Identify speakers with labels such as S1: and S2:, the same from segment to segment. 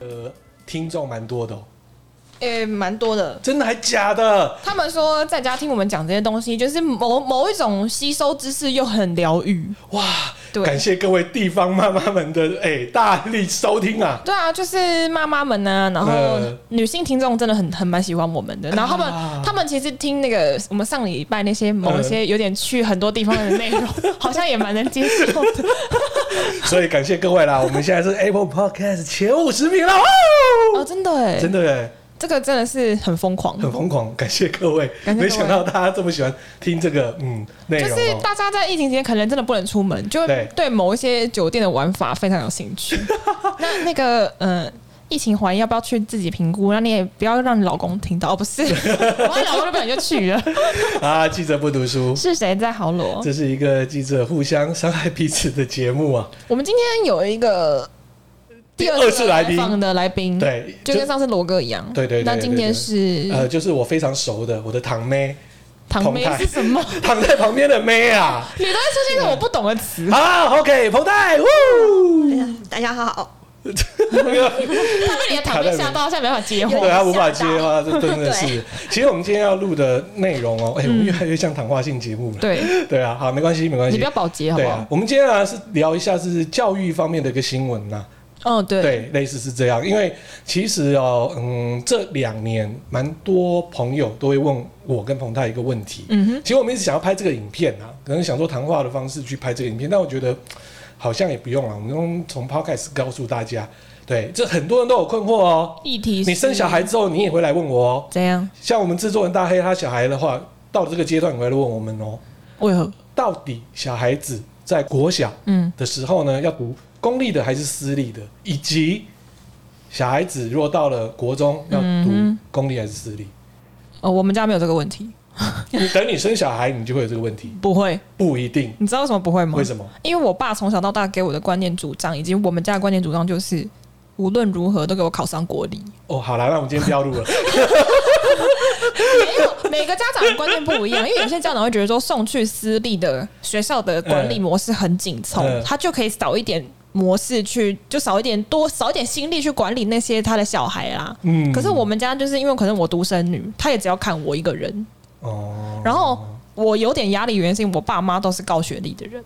S1: 呃听众蛮多的、哦，
S2: 诶，蛮多的。
S1: 真的还假的？
S2: 他们说在家听我们讲这些东西，就是某某一种吸收知识又很疗愈。
S1: 哇！
S2: 对
S1: 感谢各位地方妈妈们的哎、大力收听啊！
S2: 对啊，就是妈妈们呢、然后
S1: 嗯
S2: 女性听众真的很很蛮喜欢我们的。然后他们、
S1: 啊
S2: 他们其实听那个我们上礼拜那些某一
S1: 嗯
S2: 些有点去很多地方的内 容，好像也蛮能接受的。
S1: 所以感谢各 位啦，我们现在是 Apple Podcast 前五十名了，
S2: 哦，
S1: 哦，
S2: 真的哎，
S1: 真的耶
S2: 这个真的是很疯狂，
S1: 很疯狂，感谢各位，
S2: 感谢各位
S1: 没想到大家这么喜欢听这个嗯内
S2: 就
S1: 容、
S2: 是
S1: 哦。
S2: 大家在疫情期间可能真的不能出门，就
S1: 对
S2: 对某一些酒店的玩法非常有兴 趣。那那个呃，疫情怀疑要不要去自己评估？那你也不要让你老公听到哦，不是，我老公就本来就去了，
S1: 啊，记者不读书，
S2: 是谁在豪罗？
S1: 这是一个记者互相伤害彼此的节目啊。
S2: 我们今天有一个
S1: 第二次来宾
S2: 访的来宾，，
S1: 对，
S2: 嗯就跟上次罗哥一样，
S1: 对对对
S2: 那今天是
S1: 呃，就是我非常熟的我的堂妹，
S2: 堂妹
S1: 彭泰
S2: 是 什么？
S1: 躺在旁边的妹啊。
S2: 你都会出现一个我不懂的词，
S1: 好，OK，彭泰，呜，
S3: 哎大家好，
S2: 他被你的堂妹吓到，现在没办法接话。
S1: 对他无法接
S3: 吓到
S1: 话，这真的是。其实我们今天要录的内容哦，哎，我们越来越像谈话性节目了。
S2: 嗯对，
S1: 对啊，好，没关系，没关
S2: 你
S1: 系
S2: 不要。保洁好
S1: 对
S2: 不好
S1: 啊？，我们今天啊是聊一下是教育方面的一个新闻呐、
S2: 嗯，对，
S1: 对，类似是这样，因为其实哦，嗯，这两年蛮多朋友都会问我跟彭泰一个问题，
S2: 嗯哼，
S1: 其实我们一直想要拍这个影片啊，可能想做谈话的方式去拍这个影片，但我觉得 好像也不用了，我们用从 podcast 告诉大家，对，这很多人都有困惑哦。
S2: 议题是
S1: 你生小孩之后，你也会来问我哦。
S2: 怎样？
S1: 像我们制作人大黑他小孩的话，到了这个阶段，你会来问我们哦，
S2: 为何？
S1: 到底小孩子在国小
S2: 嗯，
S1: 的时候呢，要读公立的还是私立的，以及小孩子如果到了国中要读
S2: 嗯
S1: 公立还是私立。
S2: 哦，我们家没有这个问题，
S1: 你等你生小孩，你就会有这个问题，
S2: 不会。
S1: 不一定。
S2: 你知道为什么不会吗？
S1: 为什么？
S2: 因为我爸从小到大给我的观念主张，以及我们家的观念主张就是，无论如何都给我考上国立。
S1: 哦，好啦，那我们今天不要录了。
S2: 没有，每个家长的观念不一样，因为有些家长会觉得说，送去私立的学校的管理模式很紧凑，
S1: 嗯
S2: 他就可以少一点。模式去就少一点多少一点心力去管理那些他的小孩啦。
S1: 嗯
S2: 可是我们家就是因为可能我独生女，他也只要看我一个人，
S1: 哦，
S2: 然后我有点压力，原因是因为我爸妈都是高学历的人，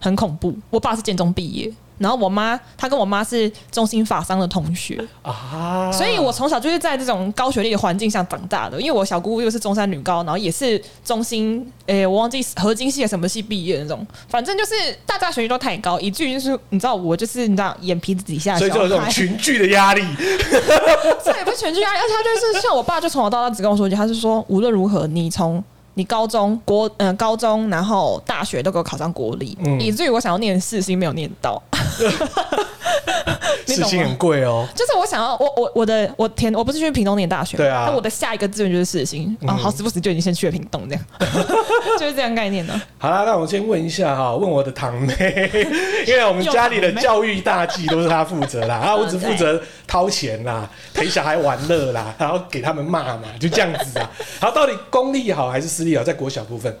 S2: 很恐怖。我爸是建中毕业，然后我妈她跟我妈是中心法商的同学，
S1: 啊，
S2: 所以我从小就是在这种高学历的环境下长大的。因为我小姑又是中山女高，然后也是中心，诶、我忘记合金系还是什么系毕业的那种，反正就是大家学历都太高，以至于就是你知道我就是你知道眼皮子底下的
S1: 所以就有这
S2: 小
S1: 种
S2: 孩，
S1: 群聚的 压力。
S2: 这也不是全剧压力，而且他就是像我爸，就从小到大只跟我说一句，他是说无论如何，你从你高中国嗯、高中，然后大学都给我考上国立，
S1: 嗯
S2: 以至于我想要念世新没有念到， 你
S1: 事
S2: 懂
S1: 情
S2: 吗
S1: 很贵哦。
S2: 就是我想要我我我的我填我不是去屏东念大学，
S1: 对啊
S2: 那我的下一个志愿就是世新啊，
S1: 嗯
S2: 好死不死就已经先去了屏东这样， 就是这样概念呢、
S1: 好啦，那我先问一下哈，问我的堂妹， 因为我们家里的教育大计都是她负责 啦，啊，我只负责掏钱啦，陪小孩玩乐啦，然后给他们骂嘛，就这样子啊。好，到底公立好还是私立好，在国小部分，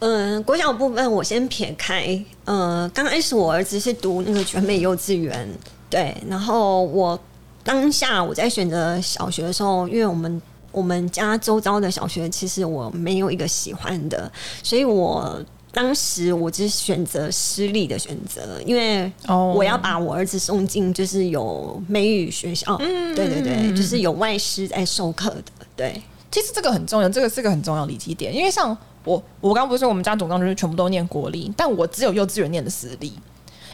S3: 嗯，国小部分我先撇开，呃，刚开始我儿子是读那个全美幼稚园，对，然后我当下我在选择小学的时候，因为我们我们家周遭的小学其实我没有一个喜欢的，所以我。当时我只选择私立的选择，因为
S2: 哦
S3: 我要把我儿子送进就是有美语学校，对对
S2: 嗯
S3: 对，就是有外师在授课的，对。
S2: 其实这个很重要，这个是个很重要的理解点，因为像我，我刚不是说我们家总共就是全部都念国立，但我只有幼稚园念的私立，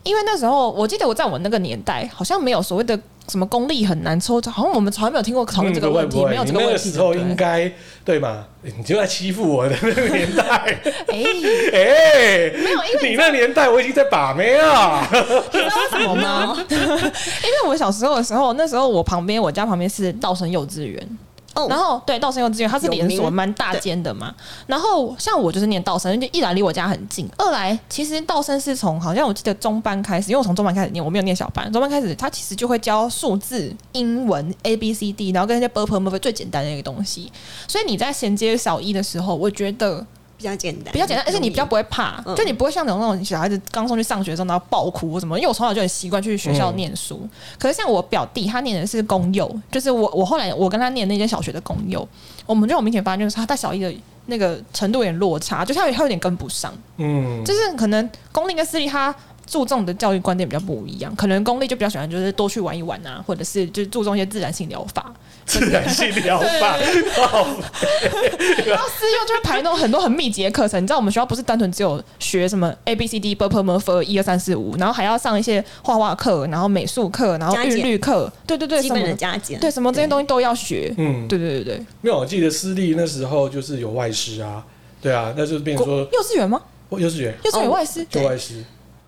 S2: 因为那时候我记得我在我那个年代好像没有所谓的什么公立很难抽，好像我们从来没有听过讨论这个问题，
S1: 会不会
S2: 没有这
S1: 你那
S2: 问
S1: 个
S2: 题。
S1: 时候
S2: 对不对
S1: 应该对嘛？你就在欺负我的那个年 代，
S2: 哎、
S1: 哎、
S2: 没有，因为
S1: 你那年代我已经在把妹了。
S2: 你知道为什么 吗？因为我小时候的时候，那时候我旁边我家旁边是稻城幼稚园，
S3: 哦
S2: 然后对稻城幼稚园，它是连
S3: 有
S2: 锁
S3: 名
S2: 蛮大间的嘛。然后像我就是念稻城，就一来离我家很近，二来其实稻城是从好像我记得中班开始，因为我从中班开始念，我没有念小班，中班开始它其实就会教数字、英文 A B C D，然后跟那些 b u r p l e m o v e 最简单的一个东西。所以你在衔接小一的时候，我觉得。
S3: 较简单，
S2: 比较简单，而且你比较
S3: 容易
S2: 不会怕，
S3: 嗯
S2: 就你不会像那种那种小孩子刚送去上学的时候然后爆哭或什么。因为我从小就很习惯去学校念书，可是像我表弟他念的是公幼，就是我我后来我跟他念那间小学的公幼，我们就有明显发现就是他在小一的那个程度有点落差，就是他有他有点跟不上，
S1: 嗯，
S2: 就是可能公立跟私立他。注重的教育观点比较不一样，可能公立就比较喜欢就是多去玩一玩啊，或者是就注重一些自然性疗法，
S1: 自然性疗法，哦
S2: 然后私幼就会排那种很多很密集的课程。你知道我们学校不是单纯只有学什么 A B C D B P M F E 一二三四五，然后还要上一些画画课，然后美术课，然后韵律课，对对对，
S3: 基
S2: 什么
S3: 本的加减，
S2: 对什么这些东西都要学。
S1: 嗯，
S2: 对对对
S1: 没有，我记得私立那时候就是有外师啊，对啊，那就变
S2: 对，
S1: 成
S2: 国
S1: 说
S2: 幼稚园吗？
S1: 哦幼稚园
S2: 幼稚园有外师，
S1: 就外师，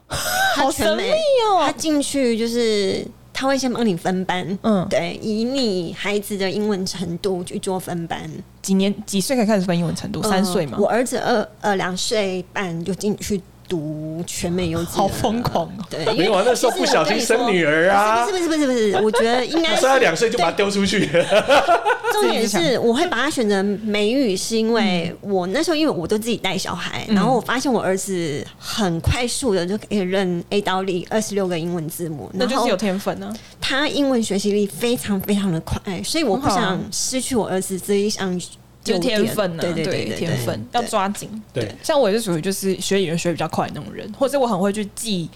S2: 好
S3: 他全
S2: 神秘
S3: 美他
S2: 哦。
S3: 进去就是他会先帮你分班，
S2: 嗯，
S3: 对，以你孩子的英文程度去做分班。
S2: 几年几岁可以开始分英文程度？三岁吗
S3: 呃？我儿子二呃两岁半就进去读全美幼稚园了，
S2: 好疯狂哦
S3: 对，因
S1: 没
S3: 为
S1: 有啊，那时候不小心生女儿啊
S3: 不，是不是不是不是，我觉得应该
S1: 那
S2: 啊
S3: 是
S1: 时候他两岁就把他丢出去了，
S3: 重点是，我会把它选择美语，是因为
S2: 嗯
S3: 我那时候因为我都自己带小孩，然后我发现我儿子很快速的就可以认 A 到 D 二十六个英文字母，
S2: 那
S3: 然
S2: 就是
S3: 后
S2: 有天分啊。
S3: 他英文学习力非常非常的快，所以我不
S2: 很好啊
S3: 想失去我儿子这一项
S2: 就
S3: 优
S2: 是
S3: 点。
S2: 天分啊，
S3: 对对对对，
S2: 天分
S3: 对
S2: 要抓紧。
S1: 对，
S2: 像我也是属于就是学语言学比较快的那种人，或者我很会去记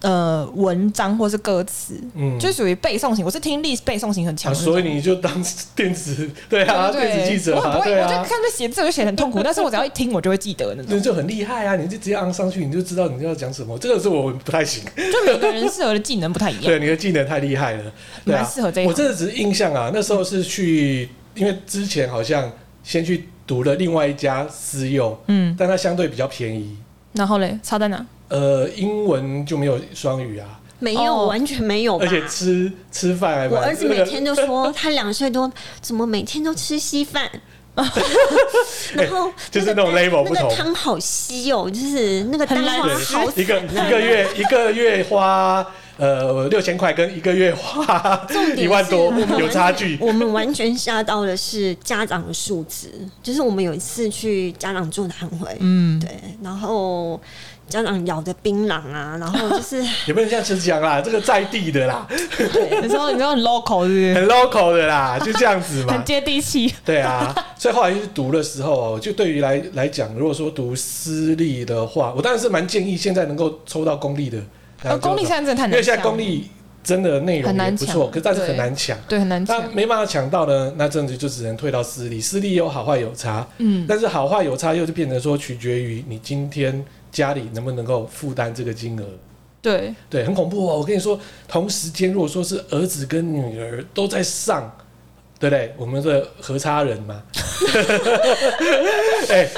S2: 呃文章或是歌词，
S1: 嗯，
S2: 就属于背诵型。我是听力背诵型很强
S1: 啊，
S2: 的那种、
S1: 所以你就当电子 对啊，
S2: 对对对
S1: 电子记者
S2: 我很
S1: 啊，
S2: 不会，
S1: 对
S2: 我就
S1: 啊
S2: 看，这写字我就写得很痛苦，但是我只要一听我就会记得那
S1: 那
S2: 种。
S1: 就很厉害啊！你就直接昂上去，你就知道你要讲什么。这个是我不太行，
S2: 就每个人适合的技能不太一样。
S1: 对你的技能太厉害了， 对啊
S2: 蛮适合这一行
S1: 我真的只是印象啊，那时候是去，因为之前好像先去读了另外一家私幼，
S2: 嗯，
S1: 但它相对比较便宜。
S2: 然后嘞，差在哪？
S1: 呃，英文就没有双语啊，
S3: 没有、
S2: 哦
S3: 完全没有吧
S1: 而？且吃吃饭还
S3: 我
S1: 蛮
S3: 儿子每天 就说他两岁多，怎么每天都吃稀饭？然后
S1: 就是
S3: 那
S1: 那种 label 不
S3: 那
S1: 同
S3: 个汤好稀哦，就是那个
S2: 很
S3: 蛋
S2: 难
S3: 花
S2: 吃
S3: 好啊
S1: 一个一个月一个月花呃六千块，跟一个月花
S3: 重点
S1: 一万多
S3: 是我们完
S1: 有差距。
S3: 我们完全吓到的是家长的素质，就是我们有一次去家长座谈会，
S2: 嗯，
S3: 对，然后家长咬着槟榔啊，然后就是
S1: 也不能这样子讲啦，这个在地的啦，
S2: 你说你说很 local 是不
S1: 很 local 的 啦，就这样子
S2: 是？
S1: 嘛
S2: 很。接地气。
S1: 对啊，所以后来去读的时候哦，就对于来来讲，如果说读私立的话，我当然是蛮建议现在能够抽到公立的。
S3: 哦
S2: 呃，功力现在真的太难
S1: 啊因
S2: 抢了，
S1: 为现在公立真的内容
S2: 很
S1: 也
S2: 难
S1: 不错，
S2: 抢
S1: 可是但是
S2: 对
S1: 很难抢。
S2: 对很难
S1: 那
S2: 抢。
S1: 没办法抢到呢，那真的就只能退到私立。私立有好坏有差，
S2: 嗯，
S1: 但是好坏有差又就变成说取决于你今天家里能不能够负担这个金额。
S2: 对，
S1: 对，很恐怖哦！我跟你说，同时间如果说是儿子跟女儿都在上，对不对？我们的核差人嘛， 哎、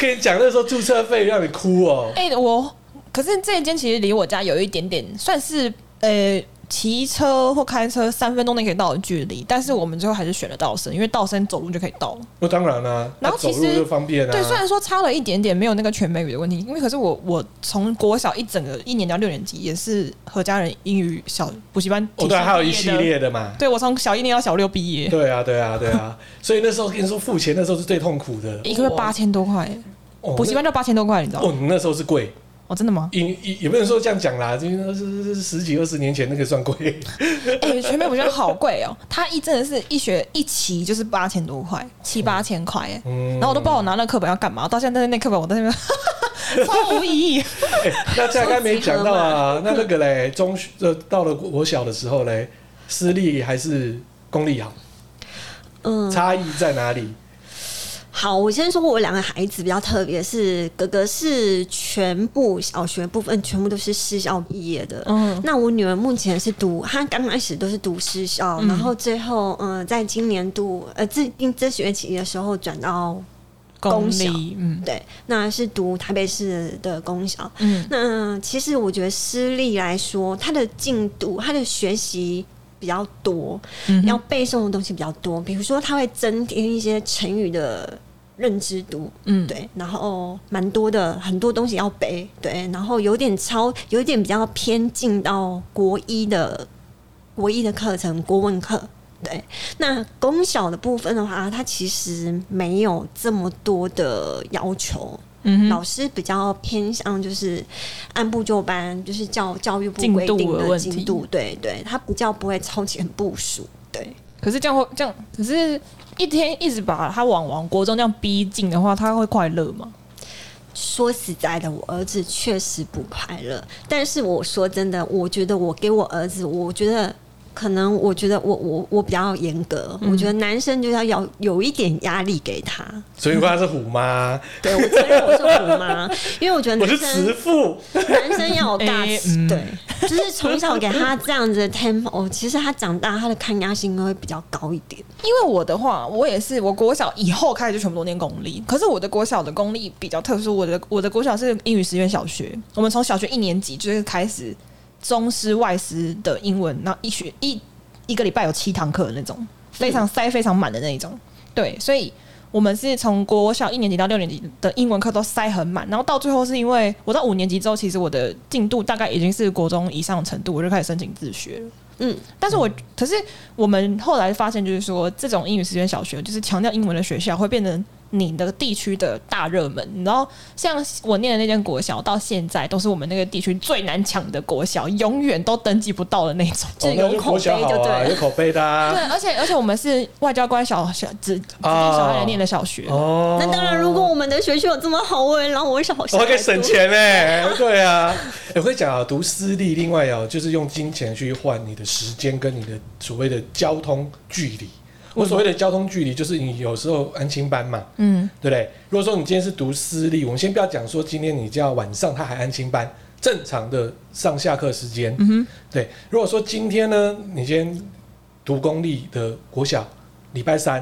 S1: 跟你讲那时候注册费让你哭哦，
S2: 哎、我可是这一间其实离我家有一点点，算是呃骑车或开车三分钟内可以到的距离，但是我们最后还是选了道生，因为道生走路就可以到了。
S1: 那当然啦、那
S2: 然后
S1: 走
S2: 其
S1: 路
S2: 实
S1: 就方便啊。
S2: 对，虽然说差了一点点，没有那个全美语的问题，因为可是我我从国小一整个一年到六年级也是和家人英语小补习班，
S1: 哦，对啊，还有一系，列的嘛。
S2: 对我从小一年到小六毕业，
S1: 对啊，对啊，对啊，所以那时候跟你说付钱，那时候是最痛苦的。
S2: 一个月
S1: 哇
S2: 八，千多块，
S1: 哦
S2: 补习班就八千多块，你知道
S1: 那
S2: 吗？
S1: 哦，你那时候是贵，
S2: 哦，真的吗？
S1: 也也也不能说这样讲啦，就是十几二十年前那个算 贵。
S2: 哎、全美补习班好贵哦，他一真的是一学一期就是八千多块，七八千块哎。
S1: 嗯，
S2: 然后我都不知道我拿那课本要干嘛，到现在那课本我在那边 超无意义。
S1: 哎、那这样刚才没讲到啊，那那个嘞，中学呃到了我小的时候嘞，私立还是公立好，啊
S3: 嗯，
S1: 差异在哪里？
S3: 好，我先说我两个孩子比较特别，是哥哥是全部小学部分全部都是私校毕业的，
S2: 嗯，
S3: 那我女儿目前是读，她刚开始都是读私校，
S2: 嗯
S3: 然后最后，嗯、在今年度，呃，这这学期的时候转到
S2: 公
S3: 公
S2: 立，嗯
S3: 对，那是读台北市的公校。
S2: 嗯，
S3: 那其实我觉得私立来说，它的进度、它的学习比较多，
S2: 嗯哼
S3: 要背诵的东西比较多，比如说它会增添一些成语的认知度，
S2: 嗯，
S3: 对，然后蛮多的，很多东西要背，对，然后有点超，有点比较偏进到国一的国一的课程，国文课，对，那公小的部分的话，它其实没有这么多的要求。
S2: 嗯
S3: 老
S2: 哼，
S3: 师比较偏向就是按部就班，就是教教育部
S2: 进
S3: 规
S2: 度
S3: 定
S2: 的
S3: 的
S2: 问
S3: 进
S2: 题
S3: 度，对对，他比较不会超前部署，对，
S2: 可是这样会这样，可是一天一直把他往往国中这样逼近的话，他会快乐吗？
S3: 说实在的，我儿子确实不快乐。但是我说真的，我觉得我给我儿子，我觉得可能，我觉得我我我比较严格，我
S1: 嗯
S3: 觉得男生就要要有一点压力给他。
S1: 所以他是虎 妈，
S3: 对我所以我是虎妈，因为我觉得
S1: 我是哎
S3: 男生
S1: 慈父，
S3: 男生要有大
S2: 诶
S3: 气，
S2: 嗯
S3: 对，就是从小给他这样子的 tempo，其实他长大他的抗压性会比较高一点。
S2: 因为我的话，我也是，我国小以后开始就全部都念公立。可是我的国小的公立比较特殊，我的我的国小是呃英语实验小学，我们从小学一年级就是开始中师外师的英文，然后一学一一个礼拜有七堂课的那种，非常塞非常满的那一种。对，所以我们是从国小一年级到六年级的英文课都塞很满，然后到最后是因为我到五年级之后，其实我的进度大概已经是国中以上的程度，我就开始申请自学了。
S3: 嗯，
S2: 但是我可是我们后来发现，就是说这种英语实验小学，就是强调英文的学校，会变成你的地区的大热门。然后像我念的那间国小，到现在都是我们那个地区最难抢的国小，永远都登记不到的那种。
S3: 就
S1: 哦那
S3: 有口
S1: 国小
S3: 碑就
S1: 好啊，
S3: 对了
S1: 有口碑的
S2: 对
S1: 啊。，
S2: 而且而且我们是外交官小小只只给小孩来念的小学，
S1: 哦，
S3: 那当然，如果我们的学区有这么好，我也让我小
S1: 我
S3: 小
S1: 还可以
S3: 孩
S1: 省
S3: 读
S1: 钱呢、对啊，欸我跟你讲啊，读私立，另外啊，就是用金钱去换你的时间跟你的所谓的交通距离。我所谓的交通距离，就是你有时候安亲班嘛，
S2: 嗯，
S1: 对不对？如果说你今天是读私立，我们先不要讲说今天你叫晚上他还安亲班，正常的上下课时间，
S2: 嗯哼，
S1: 对。如果说今天呢，你今天读公立的国小，礼拜三，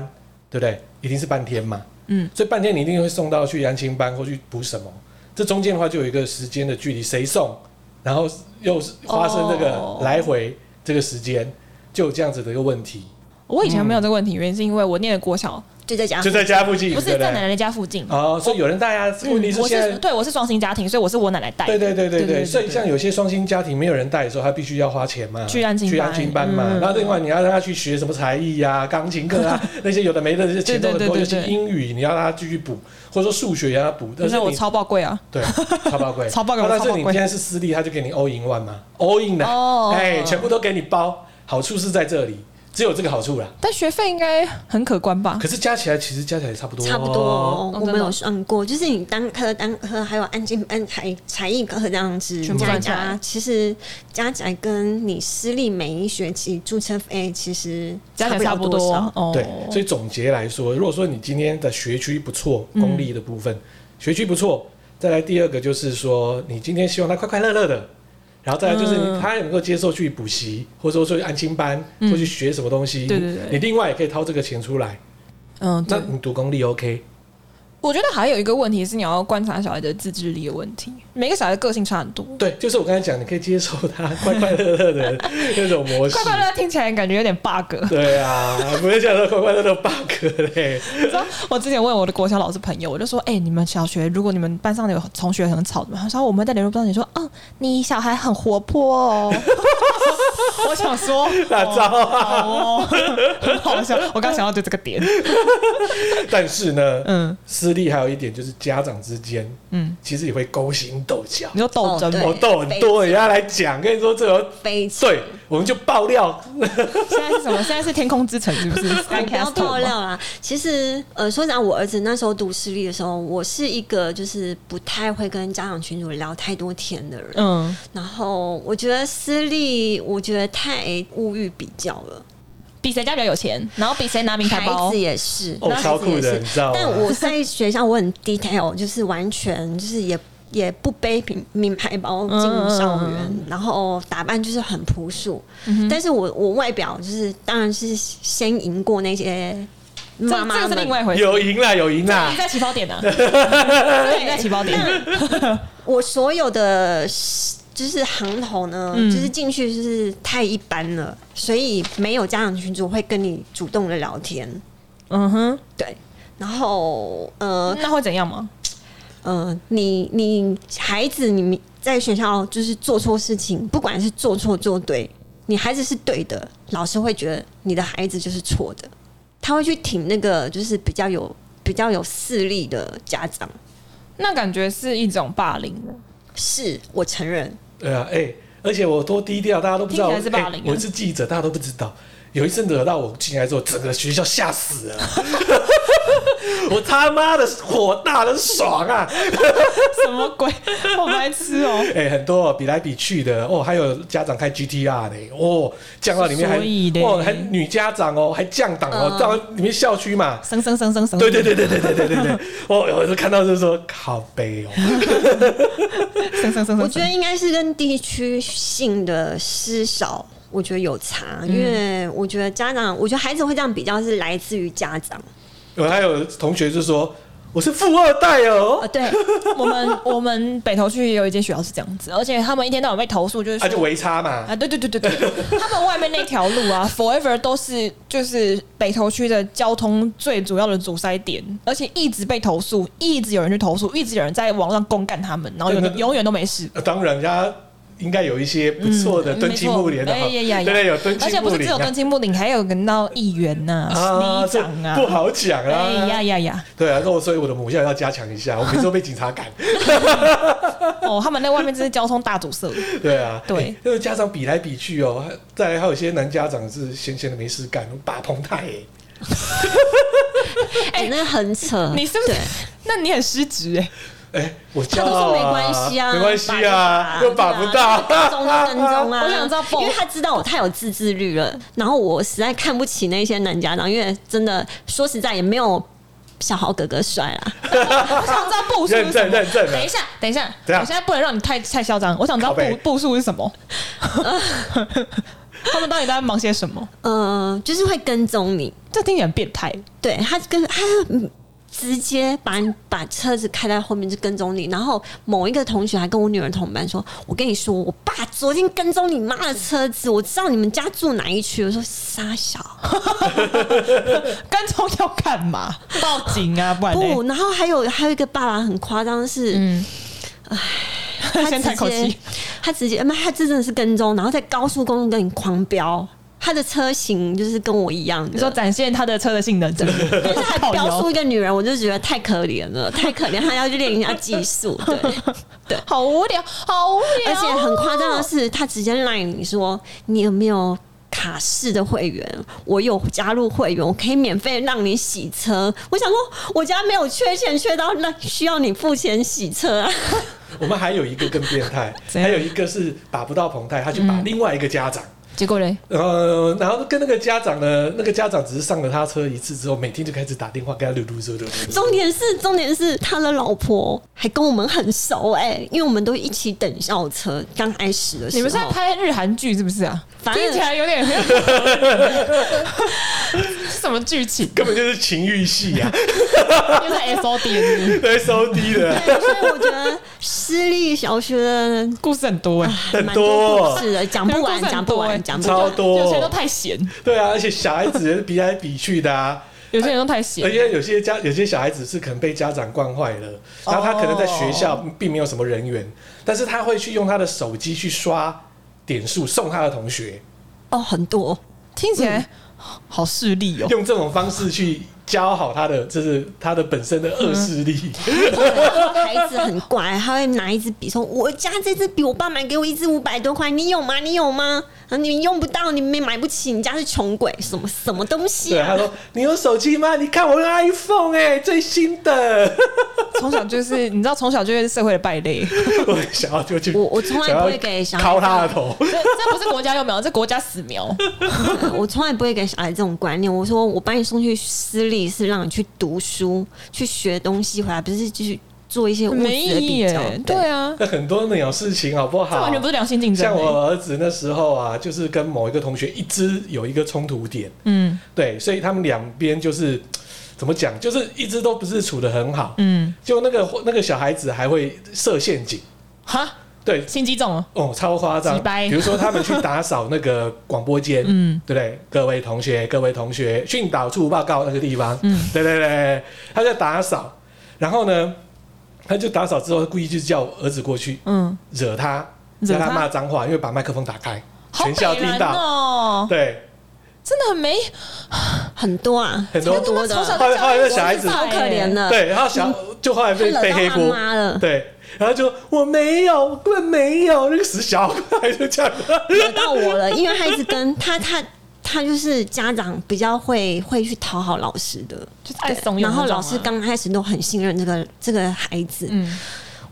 S1: 对不对？一定是半天嘛，
S2: 嗯，
S1: 所以半天你一定会送到去安亲班或去补什么。这中间的话就有一个时间的距离，谁送，然后又是发生这
S2: 哦
S1: 个来回这个时间，就有这样子的一个问题，
S2: 我以前没有这个问题，原因是因为我念的国小
S3: 就在家
S1: 就在家附近，
S2: 不是
S1: 对不
S2: 在奶
S1: 对？
S2: 奶家附近。
S1: 哦，所以有人带啊，问题
S2: 嗯
S1: 是
S2: 我
S1: 现嗯在
S2: 是对我是双薪家庭，所以我是我奶奶带。
S1: 对对对对
S2: 对
S1: 对，
S2: 对
S1: 所以
S2: 对
S1: 像有些双薪家庭没有人带的时候，他必须要花钱嘛，
S2: 去安亲班
S1: 去安亲班嘛
S2: 嗯。
S1: 然后另外你要让他去学什么才艺啊、钢琴课 啊，那些有的没的，这些钱都很
S2: 对
S1: 多。
S2: 对对
S1: 尤
S2: 对
S1: 其
S2: 对
S1: 英语，你要让他继续补，或者说数学也要补。
S2: 可
S1: 但
S2: 是
S1: 是
S2: 我
S1: 你
S2: 超爆贵啊！
S1: 对超爆贵，
S2: 超爆贵
S1: 啊但是
S2: 超爆
S1: 你
S2: 贵
S1: 今天是私立，他就给你 all in one 嘛，all in 的，
S2: 哦
S1: 哎，全部都给你包。好处是在这里，只有这个好处啦。
S2: 但学费应该很可观吧？
S1: 可是加起来其实加起来也差不多，
S3: 差不多、哦，我
S2: 真
S3: 们
S2: 的哦
S3: 有算过，就是你单科、单科还有安静班才才艺课这样子
S2: 全部
S3: 加一
S2: 算起来
S3: 加，其实加起来跟你私立每一学期注册费其实
S2: 加起来
S3: 差
S2: 差
S3: 不
S2: 不
S3: 了
S2: 多
S3: 多少。
S2: 哦。
S1: 对，所以总结来说，如果说你今天的学区不错，公立的部分、学区不错，再来第二个就是说，你今天希望他快快乐乐的，然后再来就是
S2: 嗯
S1: 他也能够接受去补习，或者说去安亲班，
S2: 嗯
S1: 或去学什么东西，
S2: 对对对
S1: 你另外也可以掏这个钱出来。
S2: 嗯，
S1: 那
S2: 对，
S1: 你读公立 OK，
S2: 我觉得还有一个问题是你要观察小孩的自制力的问题。每个小孩的个性差很多，
S1: 对，就是我刚才讲，你可以接受他快快乐乐的 那种模式
S2: 快。快乐乐听起来感觉有点 bug。
S1: 对啊，不是讲说快快乐乐 bug 嘞，
S2: 你知道我之前问我的国小老师朋友，我就说：“哎、你们小学如果你们班上有同学很吵的嘛，他说我们在联络班上，你说哦，你小孩很活泼 哦。”我想说，
S1: 大招啊！
S2: 哦，很好笑。我刚想到就这个点，
S1: 但是呢，
S2: 嗯
S1: 私立还有一点就是家长之间
S2: 嗯，
S1: 其实也会勾心斗角。
S2: 你说斗争
S3: 哦对
S1: 我
S2: 吗？
S1: 斗很多人家来讲，跟你说这个
S3: 非常
S1: 对，我们就爆料。
S2: 现在是什么？现在是天空之城是不 是？
S3: 你不要
S2: Skycastle
S3: 爆料
S2: 吗，
S3: 啦！啊其实，呃，说实在，我儿子那时候读私立的时候，我是一个就是不太会跟家长群主聊太多天的人。
S2: 嗯，
S3: 然后，我觉得私立，我觉得太物欲比较了。
S2: 比谁家比较有钱，然后比谁拿名牌
S3: 孩
S2: 包
S3: 子。也是，
S1: 哦
S3: 然后
S1: 超
S3: 孩子也
S1: 酷的
S3: 是
S1: 你知道吗
S3: 但我在学校我很 detail，就是完全就是也也不背名名牌包进校园，
S2: 嗯
S3: 然后打扮就是很朴素。但是我我外表就是当然是先赢过那些
S2: 这
S3: 妈妈
S2: 这个是
S3: 们
S2: 另。外一回事。
S1: 有赢啦，有赢啦
S2: 你！在起跑 点呢、啊？对，你在起跑点。
S3: 我所有的就是行头呢，
S2: 嗯
S3: 就是进去就是太一般了，所以没有家长群组会跟你主动的聊天。
S2: 嗯哼，
S3: 对，然后呃，
S2: 那会怎样吗？
S3: 呃，你你孩子你在学校就是做错事情，不管是做错做对，你孩子是对的，老师会觉得你的孩子就是错的，他会去挺那个就是比较有比较有势力的家长。
S2: 那感觉是一种霸凌 的，
S3: 是我承认，
S1: 对啊，哎、而且我多低调，大家都不知道。
S2: 听起来是霸凌啊
S1: 哎我是记者，大家都不知道。有一阵惹到我进来之后，整个学校吓死 了。我他妈的火大的爽啊！
S2: 什么鬼？好白痴哦、
S1: 哎、很多、比来比去的哦，还有家长开 GTR 的哦，降到里面还
S2: 所以嘞啊
S1: 哦，还女家长哦，还降档哦，到里面校区嘛。
S2: 生生生生生，
S1: 对对对对对对对对 对，我我就看到就是说靠背哦，
S2: 生生生生。
S3: 我觉得应该是跟地区性的失少，我觉得有差，因为我觉得家长，我觉得孩子会这样比较是来自于家长。
S1: 有还有同学就说我是富二代哦
S2: 呃，，对我们我们北投区也有一间学校是这样子，而且他们一天到晚被投诉，就是
S1: 他、
S2: 说
S1: 啊就围差嘛，
S2: 啊，对对对对 对，他们外面那条路啊 ，forever 都是就是北投区的交通最主要的阻塞点，而且一直被投诉，一直有人去投诉，一直有人在网上公干他们，然后有
S1: 对
S2: 的
S1: 对对
S2: 永远都没事。
S1: 呃当然，人家应该有一些不错的
S2: 啊嗯
S1: 敦亲睦邻的
S2: 没
S1: 哈，
S2: 错哎呀呀呀
S1: 对对，有敦
S2: 而且
S1: 亲
S2: 不
S1: 睦
S2: 是只
S1: 邻
S2: 有
S1: 啊
S2: 跟青木岭，还有跟到议员呐、里
S1: 这
S2: 长啊，
S1: 不好讲
S2: 哎呀
S1: 啊。
S2: 呀呀！
S1: 对啊，那我所以我的母校要加强一下，我每次都被警察赶。
S2: 哦，他们那外面真是交通大阻塞。
S1: 对啊，
S2: 对
S1: 哎那个家长比来比去哦，还再来还有一些男家长是闲闲的没事干，把彭太哎，
S3: 哎、那很扯。
S2: 你是不是？那你很失职哎、
S1: 哎，我骄傲
S3: 他
S1: 啊，
S3: 都说没关系啊
S1: 没关系啊，
S3: 拔
S1: 又
S3: 就拔
S1: 把不到，
S3: 跟踪就跟踪啊！
S2: 我想知道
S3: 因为他知道我太有自制力了，然后我实在看不起那些男家长，因为真的说实在也没有小豪哥哥帅啊啦。
S2: 我想知道步数是
S1: 认
S2: 什
S1: 证
S2: 么。
S1: 认证
S2: 等一
S1: 啊，
S2: 下，等一下，我
S1: 怎样
S2: 现在不能让你太太嚣张。我想知道
S1: 靠
S2: 步
S1: 背
S2: 步数是什 么，他们到底在忙些什么？
S3: 嗯，就是会跟踪你，
S2: 这听起来很变态。
S3: 对他跟他嗯直接把你把车子开在后面就跟踪你，然后某一个同学还跟我女儿同班说：“我跟你说，我爸昨天跟踪你妈的车子，我知道你们家住哪一区。”我说：“傻小。”
S2: 跟踪要干嘛？报警啊，不然
S3: 不，
S2: 呢？
S3: 然后还有还有一个爸爸很夸张，是、
S2: 嗯，
S3: 他
S2: 先
S3: 直
S2: 叹口
S3: 接
S2: 气。
S3: 他直接，妈，他这真的是跟踪，然后在高速公路跟你狂飙，他的车型就是跟我一样
S2: 你说
S3: 的。
S2: 展现他的车的性能， 但
S3: 但
S2: 是
S3: 是还飙出一个女人，我就觉得太可怜 了，太可怜，他要去练一下技术，对，
S2: 好无聊，好无聊，
S3: 而且很夸张的
S2: 啊
S3: 是，他直接赖你说你有没有卡式的会员？我有加入会员，我可以免费让你洗车。我想说，我家没有缺钱，缺到那需要你付钱洗车啊。
S1: 我们还有一个更变 态，
S2: 怎
S1: 还
S2: 样
S1: 有一个是把不到彭太，他去
S3: 嗯
S1: 把另外一个家长。
S2: 结果嘞，
S1: 呃，然后跟那个家长呢，那个家长只是上了他车一次之后，每天就开始打电话跟他噜噜噜噜噜。
S3: 重点是，重点是他的老婆还跟我们很熟哎、因为我们都一起等校车，刚开始的时
S2: 你
S3: 候。
S2: 们是在拍日韩剧是不是啊？
S3: 反正
S2: 听起来有 点是什么剧 情？
S1: 根本就是情欲戏 啊，
S2: 又是 S O D 是不是
S1: 对，收低的，
S3: 对，所以我觉得私立小学的
S2: 故事很多哎、
S1: 很
S3: 蛮
S1: 多
S3: 故，事的，讲不完，
S2: 故事
S3: 讲
S2: 很
S3: 不
S2: 多
S3: 完，
S2: 欸
S3: 讲不
S1: 超
S3: 完。
S2: 有些人
S1: 多，
S2: 都太闲，
S1: 对啊，而且小孩子比来比去的啊，
S2: 有些人都太
S1: 而
S2: 闲。
S1: 且呃有些家有些小孩子是可能被家长惯坏了，然后他可能在学校
S3: 哦
S1: 并没有什么人缘，但是他会去用他的手机去刷点数送他的同学，
S3: 哦，很多。
S2: 听起
S1: 嗯
S2: 来好势利哦。
S1: 用这种方式去教好他的，就是他的本身的恶势力。
S3: 嗯孩子很乖，他会拿一支笔说：“我家这支笔，我爸买给我一支五百多块，你有吗？你有吗？啊，你用不到，你没买不起，你家是穷鬼，什么什么东西
S1: 对，
S3: 啊
S1: 他说：“你有手机吗？你看我用 iPhone 哎、最新的。
S2: 从小就是你知道，从小就是社会的败 类。这”
S1: 我想要就去，
S3: 我我从来不会给小
S1: 想
S3: 孩
S1: 要敲他的头。
S2: 这不是国家幼苗，这国家死 苗。
S3: 我从来不会给小孩这种观念。我说，我把你送去私立是让你去读书、去学东西，回来不是去做一些物质
S2: 没
S3: 的
S2: 意义
S3: 比较
S2: 耶。，对啊，
S1: 那 很多那种事情好不
S2: 这
S1: 好
S2: 完全？不是良性竞争
S1: 像
S2: 欸。
S1: 我儿子那时候啊，就是跟某一个同学一直有一个冲突点，
S2: 嗯
S1: 对，所以他们两边就是怎么讲，就是一直都不是处的很好。
S2: 嗯，
S1: 就那个那个小孩子还会设陷阱，
S2: 哈，
S1: 对，
S2: 心机重哦。
S1: 哦，超夸张
S2: 几！掰
S1: 比如说他们去打扫那个广播间，
S2: 嗯
S1: 嗯，对不对？各位同学，各位同学，训导处报告那个地方，
S2: 嗯
S1: 嗯，对对对，他在打扫，然后呢，他就打扫之后，故意就叫我儿子过去
S2: 嗯，
S1: 惹他，
S2: 惹
S1: 让
S2: 他
S1: 他骂脏话，因为把麦克风打开，
S2: 好好
S1: 全校
S2: 北
S1: 听
S2: 然
S1: 到，
S2: 哦，
S1: 对，
S2: 真的很没
S3: 很多啊，
S1: 很多
S3: 超多的，
S2: 从小
S3: 好
S1: 后来后
S2: 就
S1: 来
S2: 教育
S1: 那小孩
S2: 失
S1: 子
S2: 败
S3: 可怜
S2: 欸
S3: 的，
S1: 对，然后小就后来被
S3: 嗯他
S1: 背黑
S3: 惹到
S1: 锅
S3: 他，妈了，
S1: 对，然后就我没有，我根本没有，那个死小孩就这样，
S3: 惹到我了，因为他一直跟他他。他就是家长比较会会去讨好老师的，
S2: 就是爱怂恿
S3: 然后
S2: 那种
S3: 老师
S2: 啊
S3: 刚开始都很信任这个这个孩子，
S2: 嗯，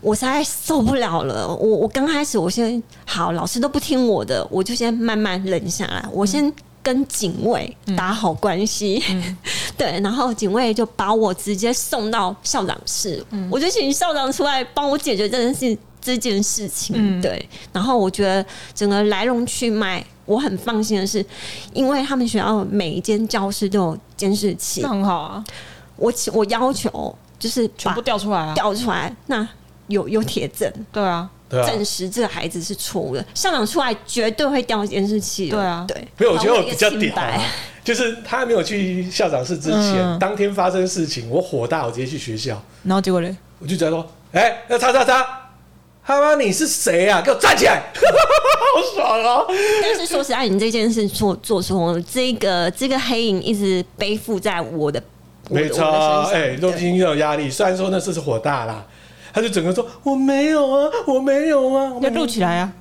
S3: 我实在受不了了。我我刚开始我先好，老师都不听我的，我就先慢慢忍下来，我先跟警卫
S2: 嗯
S3: 打好关系。 对，然后警卫就把我直接送到校长室，
S2: 嗯
S3: 我就请校长出来帮我解决这件事这件事情。
S2: 嗯
S3: 对，然后我觉得整个来龙去脉。我很放心的是，因为他们学校每一间教室都有监视器
S2: 那，很好啊，
S3: 我请我要求就是
S2: 全
S3: 把
S2: 部调出来啊，
S3: 调出来，那有有铁证，
S2: 对啊，
S1: 对啊。
S3: 证实这个孩子是错误的，校长出来绝对会调监视器的。
S2: 对啊
S3: 对，
S1: 没有，我觉得
S3: 还
S1: 我
S3: 会一
S1: 比
S3: 个
S1: 较
S3: 清
S1: 屌、啊
S3: 白，
S1: 就是他没有去校长室之前，
S2: 嗯
S1: 当天发生事情，我火大，我直接去学校，
S2: 然后结果嘞，
S1: 我就直接说，哎、那叉叉叉，他妈你是谁啊？给我站起来！ 好爽哦、
S3: 但是说实在，你这件事做做错，这个这个黑影一直背负在我的，我的
S1: 没错
S3: 我的，身上
S1: 哎、都已
S3: 对
S1: 经有压力。虽然说那次是火大啦，他就整个说我没有啊，我没有啊，我没
S2: 要
S1: 有
S2: 录起来啊，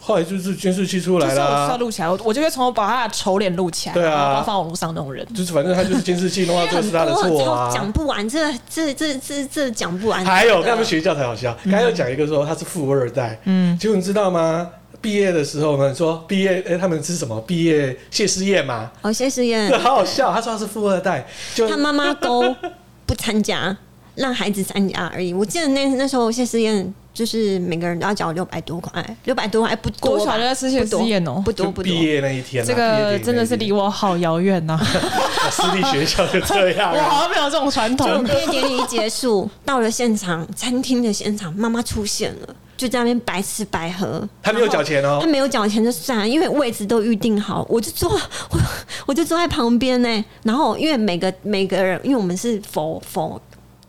S1: 后来就是监视器出
S2: 就
S1: 来
S2: 是我是要
S1: 啦，
S2: 录起来，我我就会从头把他的丑脸录起来，
S1: 对啊
S2: 然后把他放网络上那种人，
S1: 就是反正他就是监视器弄 到这
S3: 很
S1: 是他的
S3: 多
S1: 错
S3: 超
S1: 啊。
S3: 讲不完，这这这这这讲不完。
S1: 还有跟他们
S3: 学
S1: 学校才好笑，刚才有讲一个说他是富二代，
S2: 嗯
S1: 结果你知道吗？毕业的时候呢，说毕业，哎、他们吃什么？毕业谢师宴嘛，
S3: 哦，谢师
S1: 这
S3: 宴，
S1: 好好笑。他说他是富二代，就
S3: 他妈妈都不参加，让孩子参加而已。我记得那那时候谢师宴。就是每个人都要缴六百多块，六百多块不多
S2: 国
S3: 吧，
S2: 小就在吃谢师宴哦
S3: 不
S1: 就
S3: 多不多。
S1: 毕业那一天啊、
S2: 这
S1: 毕业典
S2: 个
S1: 礼
S2: 真的
S1: 那
S2: 是
S1: 一
S2: 离
S1: 天
S2: 我好遥远 呐，
S1: 私立学校就这样、
S2: 我好
S1: 啊。
S2: 像没有这种传
S3: 就
S2: 统哦
S3: 毕，业典礼一结束，到了现场，餐厅的现场，妈妈出现了，就在那边白吃白喝。
S1: 他没有缴钱哦
S3: 他，没有缴钱就算了，因为位置都预定好，我就坐，我我就坐在旁边呢。然后因为每个每个人，因为我们是否否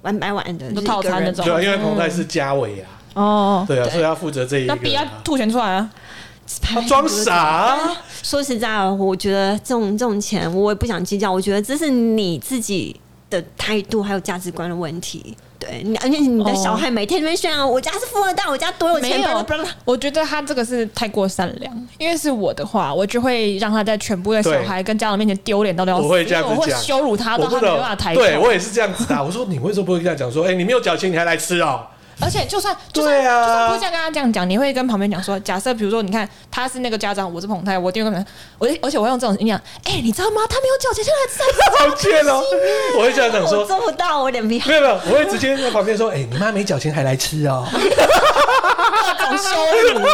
S3: 玩白玩的，
S2: 就
S3: 就是
S2: 套餐
S3: 一个人
S2: 那种
S1: 对啊，因为彭泰是家伟啊，
S2: 哦，
S1: 对啊，所以他负责这一个
S2: 那
S1: 啊、
S2: 笔要吐钱出来啊，
S1: 他装傻啊、
S3: 说实在，啊我觉得这种这种钱我也不想计较，我觉得这是你自己的态度还有价值观的问题。对，你而且你的小孩每天在那边炫耀，啊我家是富二代，我家多有钱，
S2: 哦没有
S3: blah blah blah，
S2: 我觉得他这个是太过善良，因为是我的话，我就会让他在全部的小孩跟家长面前丢脸到都要死，
S1: 我会这样子
S2: 因为我会
S1: 讲
S2: 羞辱他
S1: 我
S2: 到
S1: 不
S2: 他没
S1: 懂
S2: 办法，抬头。
S1: 对我也是这样子的啊、我说你为什么不会跟他讲说，哎、你没有缴钱，你还来吃哦、
S2: 而且就算就算、
S1: 对啊
S2: 就算不会这样跟他这样讲，你会跟旁边讲说，假设比如说你看他是那个家长，我是彭泰，我第二个人，我就而且我会用这种音量，哎、你知道吗？他没有缴钱，现在在
S1: 好
S2: 吃
S1: 贱 哦！我会这样讲
S3: 我
S1: 说，
S3: 做不到，我脸皮
S1: 没有没有，我会直接在旁边说，哎、你妈没缴钱还来吃哦，
S2: 各种羞辱，各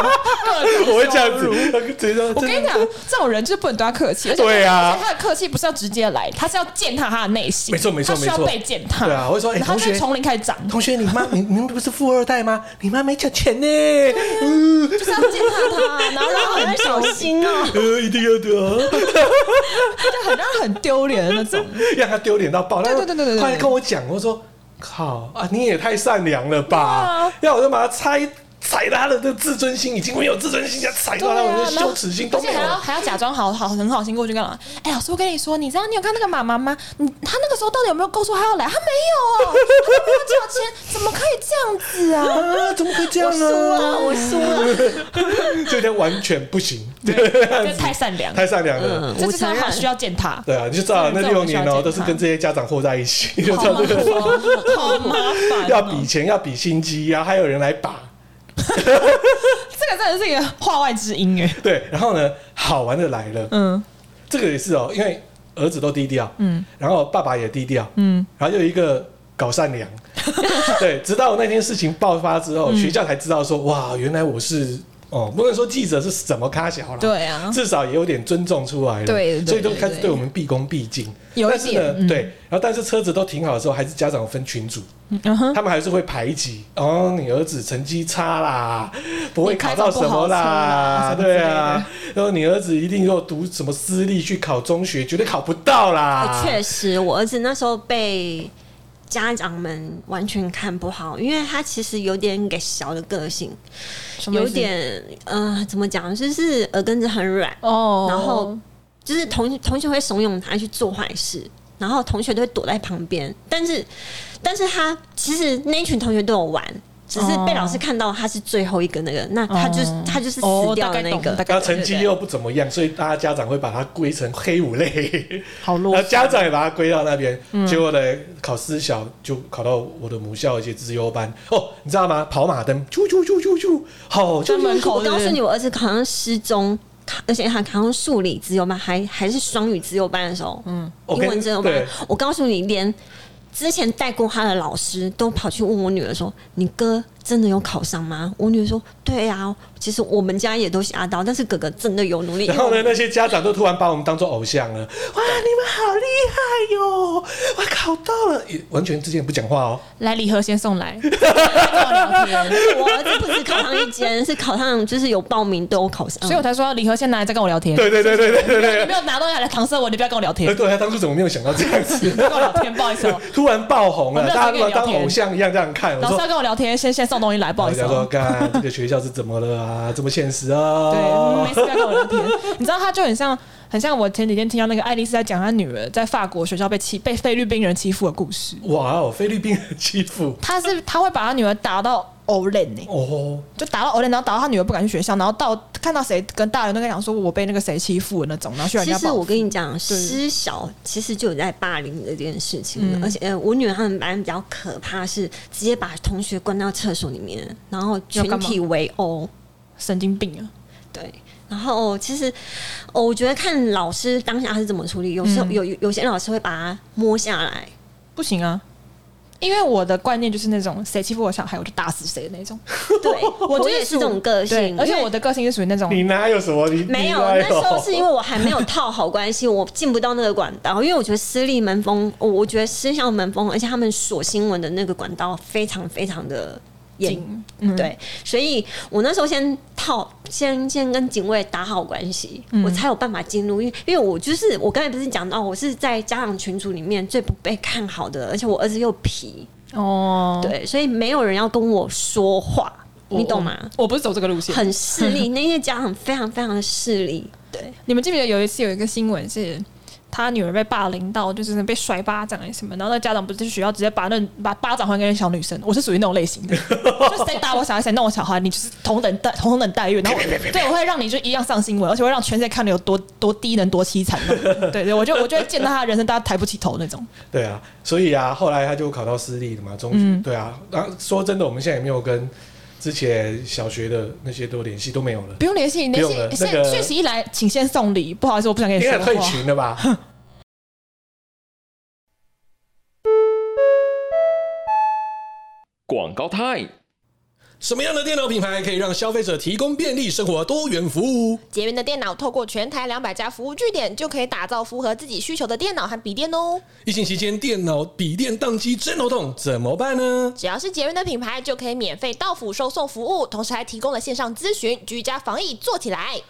S2: 种
S1: 我会这样子
S2: 羞辱。，
S1: 直接说，
S2: 我跟你讲，这种人就是不能对他客气，而且
S1: 对啊
S2: 而且他的客气不是要直接来，他是要践踏他的内心，
S1: 没错没错
S2: 他需要
S1: 没错
S2: 被践踏，
S1: 对啊我会说哎
S2: 然后他
S1: 同
S2: 就
S1: 学
S2: 从零开始长，
S1: 同学，你妈你你们不是富二代吗？你妈没缴钱呢，
S2: 就是要践踏
S3: 啊
S2: 他，然后让他很小
S3: 小
S2: 心，
S3: 心哦、
S1: 呃，一定要的，
S2: 就很让他很丢脸的那 种。
S1: 让他丢脸到爆。
S2: 对对对对对对
S1: 后来跟我讲，我说靠啊，你也太善良了吧，
S2: 啊
S1: 要我就把他拆。踩到他的这自尊心已经没有自尊心，要踩
S2: 对
S1: 到
S2: 啊，
S1: 他我的
S2: 然后
S1: 羞耻心都
S2: 而
S1: 没
S2: 且
S1: 有
S2: 还要
S1: 了。
S2: 还要假装好好很好心过去干嘛？哎、老师，我跟你说，你知道你有看那个妈妈吗？你她那个时候到底有没有告诉她要来？她没有哦，她都没有缴钱，怎么可 以这样子啊？
S1: 啊，怎么会这样啊？我输
S2: 啊
S1: 了，这天完全不行，
S2: 这太善良 了，
S1: 太善良了。
S2: 这
S3: 我
S2: 是他
S3: 承
S2: 好
S3: 认
S2: 需要践踏。
S1: 对啊，你就知道那六年
S2: 这
S1: 哦、
S2: 种
S1: 都是跟这些家长和在一起，就
S2: 好
S1: 知
S2: 麻
S1: 道这
S2: 烦
S1: 个
S2: 哦， 好麻烦哦！
S1: 要比钱，要比心机啊，还有人来把。
S2: 这个真的是一个话外之音哎。
S1: 对，然后呢，好玩的来了，
S2: 嗯
S1: 这个也是哦、因为儿子都低调，
S2: 嗯
S1: 然后爸爸也低调，
S2: 嗯，
S1: 然后又一个搞善 良。对，直到那件事情爆发之
S2: 嗯
S1: 后，学校才知道说，哇，原来我是哦，不能说记者是什么咖小啦，
S2: 对啊，
S1: 至少也有点尊重出来了，
S2: 对对对
S1: 所以都开始对我们毕恭毕敬。
S2: 有一
S1: 但是
S2: 点
S1: 呢，
S2: 嗯
S1: 对，然后但是车子都停好的时候，还是家长分群组，
S2: 嗯 哼，
S1: 他们还是会排挤。哦，你儿子成绩差 啦，不会
S2: 你
S1: 考
S2: 开
S1: 到
S2: 到
S1: 什
S2: 不
S1: 么
S2: 好
S1: 啦，
S2: 车啦什么之
S1: 对
S2: 类的
S1: 啊。然后你儿子一定又读什么
S3: 哎
S2: 哎
S1: 私立去考中学，绝对考不到啦。
S3: 确实，我儿子那时候被家长们完全看不好，因为他其实有点给小的个性，
S2: 什么意
S3: 有
S2: 思
S3: 点呃，怎么讲，就是耳根子很软，
S2: 哦，
S3: 然后就是同同学会怂恿他去做坏事，然后同学都会躲在旁边，但是但是他其实那一群同学都有玩。只是被
S2: 哦
S3: 老师看到他是最后一个那个，那他就是、
S2: 哦
S3: 他就是
S2: 哦
S3: 死掉
S2: 大
S3: 的
S2: 概
S3: 那
S2: 懂
S3: 个，
S2: 大概
S1: 然
S2: 懂
S1: 后成绩又不怎么样，所以大家家长会把它归成黑五 类，
S2: 好
S1: 然
S2: 啰
S1: 后
S2: 嗦，
S1: 家长也把它归到那边。
S2: 嗯
S1: 结果呢，考私小就考到我的母校一些资优班哦，你知道吗？跑马灯，啾啾啾啾啾，好，
S2: 在
S1: 就
S2: 门口
S3: 我
S2: 是不
S3: 告
S2: 是
S3: 诉你，我儿子考上失踪，考而且他考上数理资优班，还还是双语资优班的时候，嗯，
S1: 我
S3: 英
S1: 跟
S3: 文资优班
S1: 对，
S3: 我告诉你，连之前带过他的老师都跑去问我女儿说：“你哥真的有考上吗？”我女儿说：“对啊，其实我们家也都吓到，但是哥哥真的有 努力。”
S1: 然后呢，那些家长都突然把我们当做偶像了，哇，你们好厉害哟、我考到了，也完全之前不讲话哦。
S2: 来礼盒先送 来，跟 我聊天，
S3: 我儿子不止考上一间，是考上就是有报名都有考上，
S2: 所以我才说礼盒先拿来再跟我聊天。
S1: 对对对对对对
S2: 你
S1: 对
S2: 没。有拿到来的搪塞我，你不要跟我聊天
S1: 呃，，对他当初怎么没有想到这样 子？
S2: 不要跟我聊天，不好意思哦。
S1: 突然爆红
S2: 我
S1: 了，
S2: 没有
S1: 大家如
S2: 在跟
S1: 果
S2: 你聊
S1: 当
S2: 天
S1: 偶像一样这样看。我
S2: 老师
S1: 说
S2: 要，跟我聊天，先先送东西来，不好意思
S1: 然后人家说
S2: 哦。
S1: 干这个学校是怎么了啊？这么现实
S2: 对，嗯
S1: 啊
S2: 没？事不要跟我聊天。你知道他就很像，很像我前几天听到那个爱丽丝在讲她女儿在法国学校被欺被菲律宾人欺负的故事。
S1: 哇哦，菲律宾人欺负
S2: 他是他会把他女儿打到欸欧人呢，
S1: 哦，
S2: 就打到欧人，然后打到他女儿不敢去学校，然后到看到谁跟大人都跟他讲说我被那个谁欺负了那种，然后去人
S3: 其
S2: 家
S3: 实
S2: 报
S3: 我
S2: 复。
S3: 跟你讲，师小其实就有在霸凌这件事情了，
S2: 嗯
S3: 而且呃我女儿他们班比较可怕，是直接把同学关到厕所里面，然后
S2: 要
S3: 群
S2: 干嘛
S3: 体围殴。
S2: 神经病啊！
S3: 对，然后其实哦我觉得看老师当下是怎么处理，有时候、
S2: 嗯
S3: 有有有些老师会把他摸下来，
S2: 不行啊，因为我的观念就是那种谁欺负我小孩，我就打死谁的那 种。
S3: 对
S2: 我就
S3: 也
S2: 是
S3: 是这种个
S2: 对
S3: 性，
S2: 而且
S3: 因为
S2: 我的个性是属于那种
S1: 你哪有什么？你
S3: 没有，
S1: 你哪
S3: 那时候是因为我还没有套好关系，我进不到那个管道，因为我觉得私立门风，我我觉得私校门风，而且他们锁新闻的那个管道非常非常的严，
S2: 紧，嗯，
S3: 对，所以我那时候先套，先先跟警卫打好关系，
S2: 嗯
S3: 我才有办法进入，因为因为我就是我刚才不是讲到，我是在家长群组里面最不被看好的，而且我儿子又皮，
S2: 哦，
S3: 对，所以没有人要跟我说话，
S2: 我，
S3: 你懂吗？
S2: 我？我不是走这个路线。
S3: 很势利，那些家长非常非常的势利，对。
S2: 你们记不记得有一次有一个新闻是？他女儿被霸凌到，就是被甩巴掌还是什么，然后那家长不是去学校直接把那把巴掌还给那小女生，我是属于那种类 型的，就谁打我小孩谁弄我小孩，你就是同等待同等待遇，然后我对我会让你就一样上新闻，而且会让全世界看你有多 多低能多凄惨那 种，对对，我就我就会见到他的人生大家抬不起头那种，
S1: 对啊，所以啊，后来他就考到私立的嘛，中学、
S2: 嗯
S1: 对啊。然后说真的，我们现在也没有跟之前小学的那些都联系，都没有了。
S2: 不用联系，你联
S1: 不用了
S2: 系现
S1: 那个
S2: 讯息一来，请先送礼，不好意思，我不想跟你
S1: 应
S2: 说
S1: 该
S2: 话，
S1: 退群了吧？
S4: 广告太。
S1: 什么样的电脑品牌可以让消费者提供便利生活多元服务？
S5: 捷源的电脑透过全台两百家服务据点，就可以打造符合自己需求的电脑和笔电哦。
S1: 疫情期间电脑笔电宕机真头痛，怎么办呢？
S5: 只要是捷源的品牌，就可以免费到府收送服务，同时还提供了线上咨询，居家防疫做起来。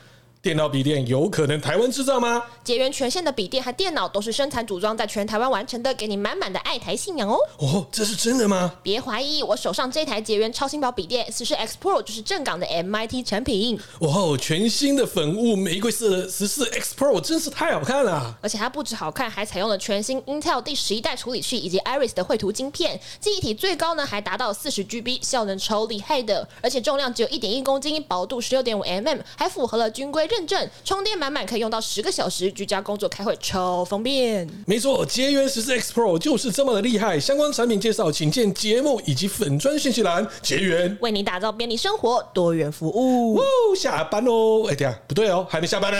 S1: 电脑笔电有可能台湾制造吗？
S5: 捷源全线的笔电和电脑都是生产组装在全台湾完成的，给你满满的爱台信仰哦！
S1: 哦，这是真的吗？
S5: 别怀疑，我手上这台捷源超轻薄笔电四十 X Pro 就是正港的 MIT 产品，
S1: 哦，全新的粉雾玫瑰色的十四 X Pro 真是太好看了。啊
S5: 而且它不止好看，还采用了全新 Intel 第十一代处理器以及 Iris 的绘图晶片，记忆体最高呢还达到四十 GB，效能超厉害的，而且重量只有一点一公斤，薄度十六点五 mm，还符合了军规认证，充电满满可以用到十个小时，居家工作开会超方便。
S1: 没错，捷源十四 X Pro 就是这么的厉害。相关产品介绍，请见节目以及粉砖信息栏。捷源，
S5: 为你打造便利生活，多元服务。
S1: 哦，下班喽！哎、等一下不对哦，还没下班呢、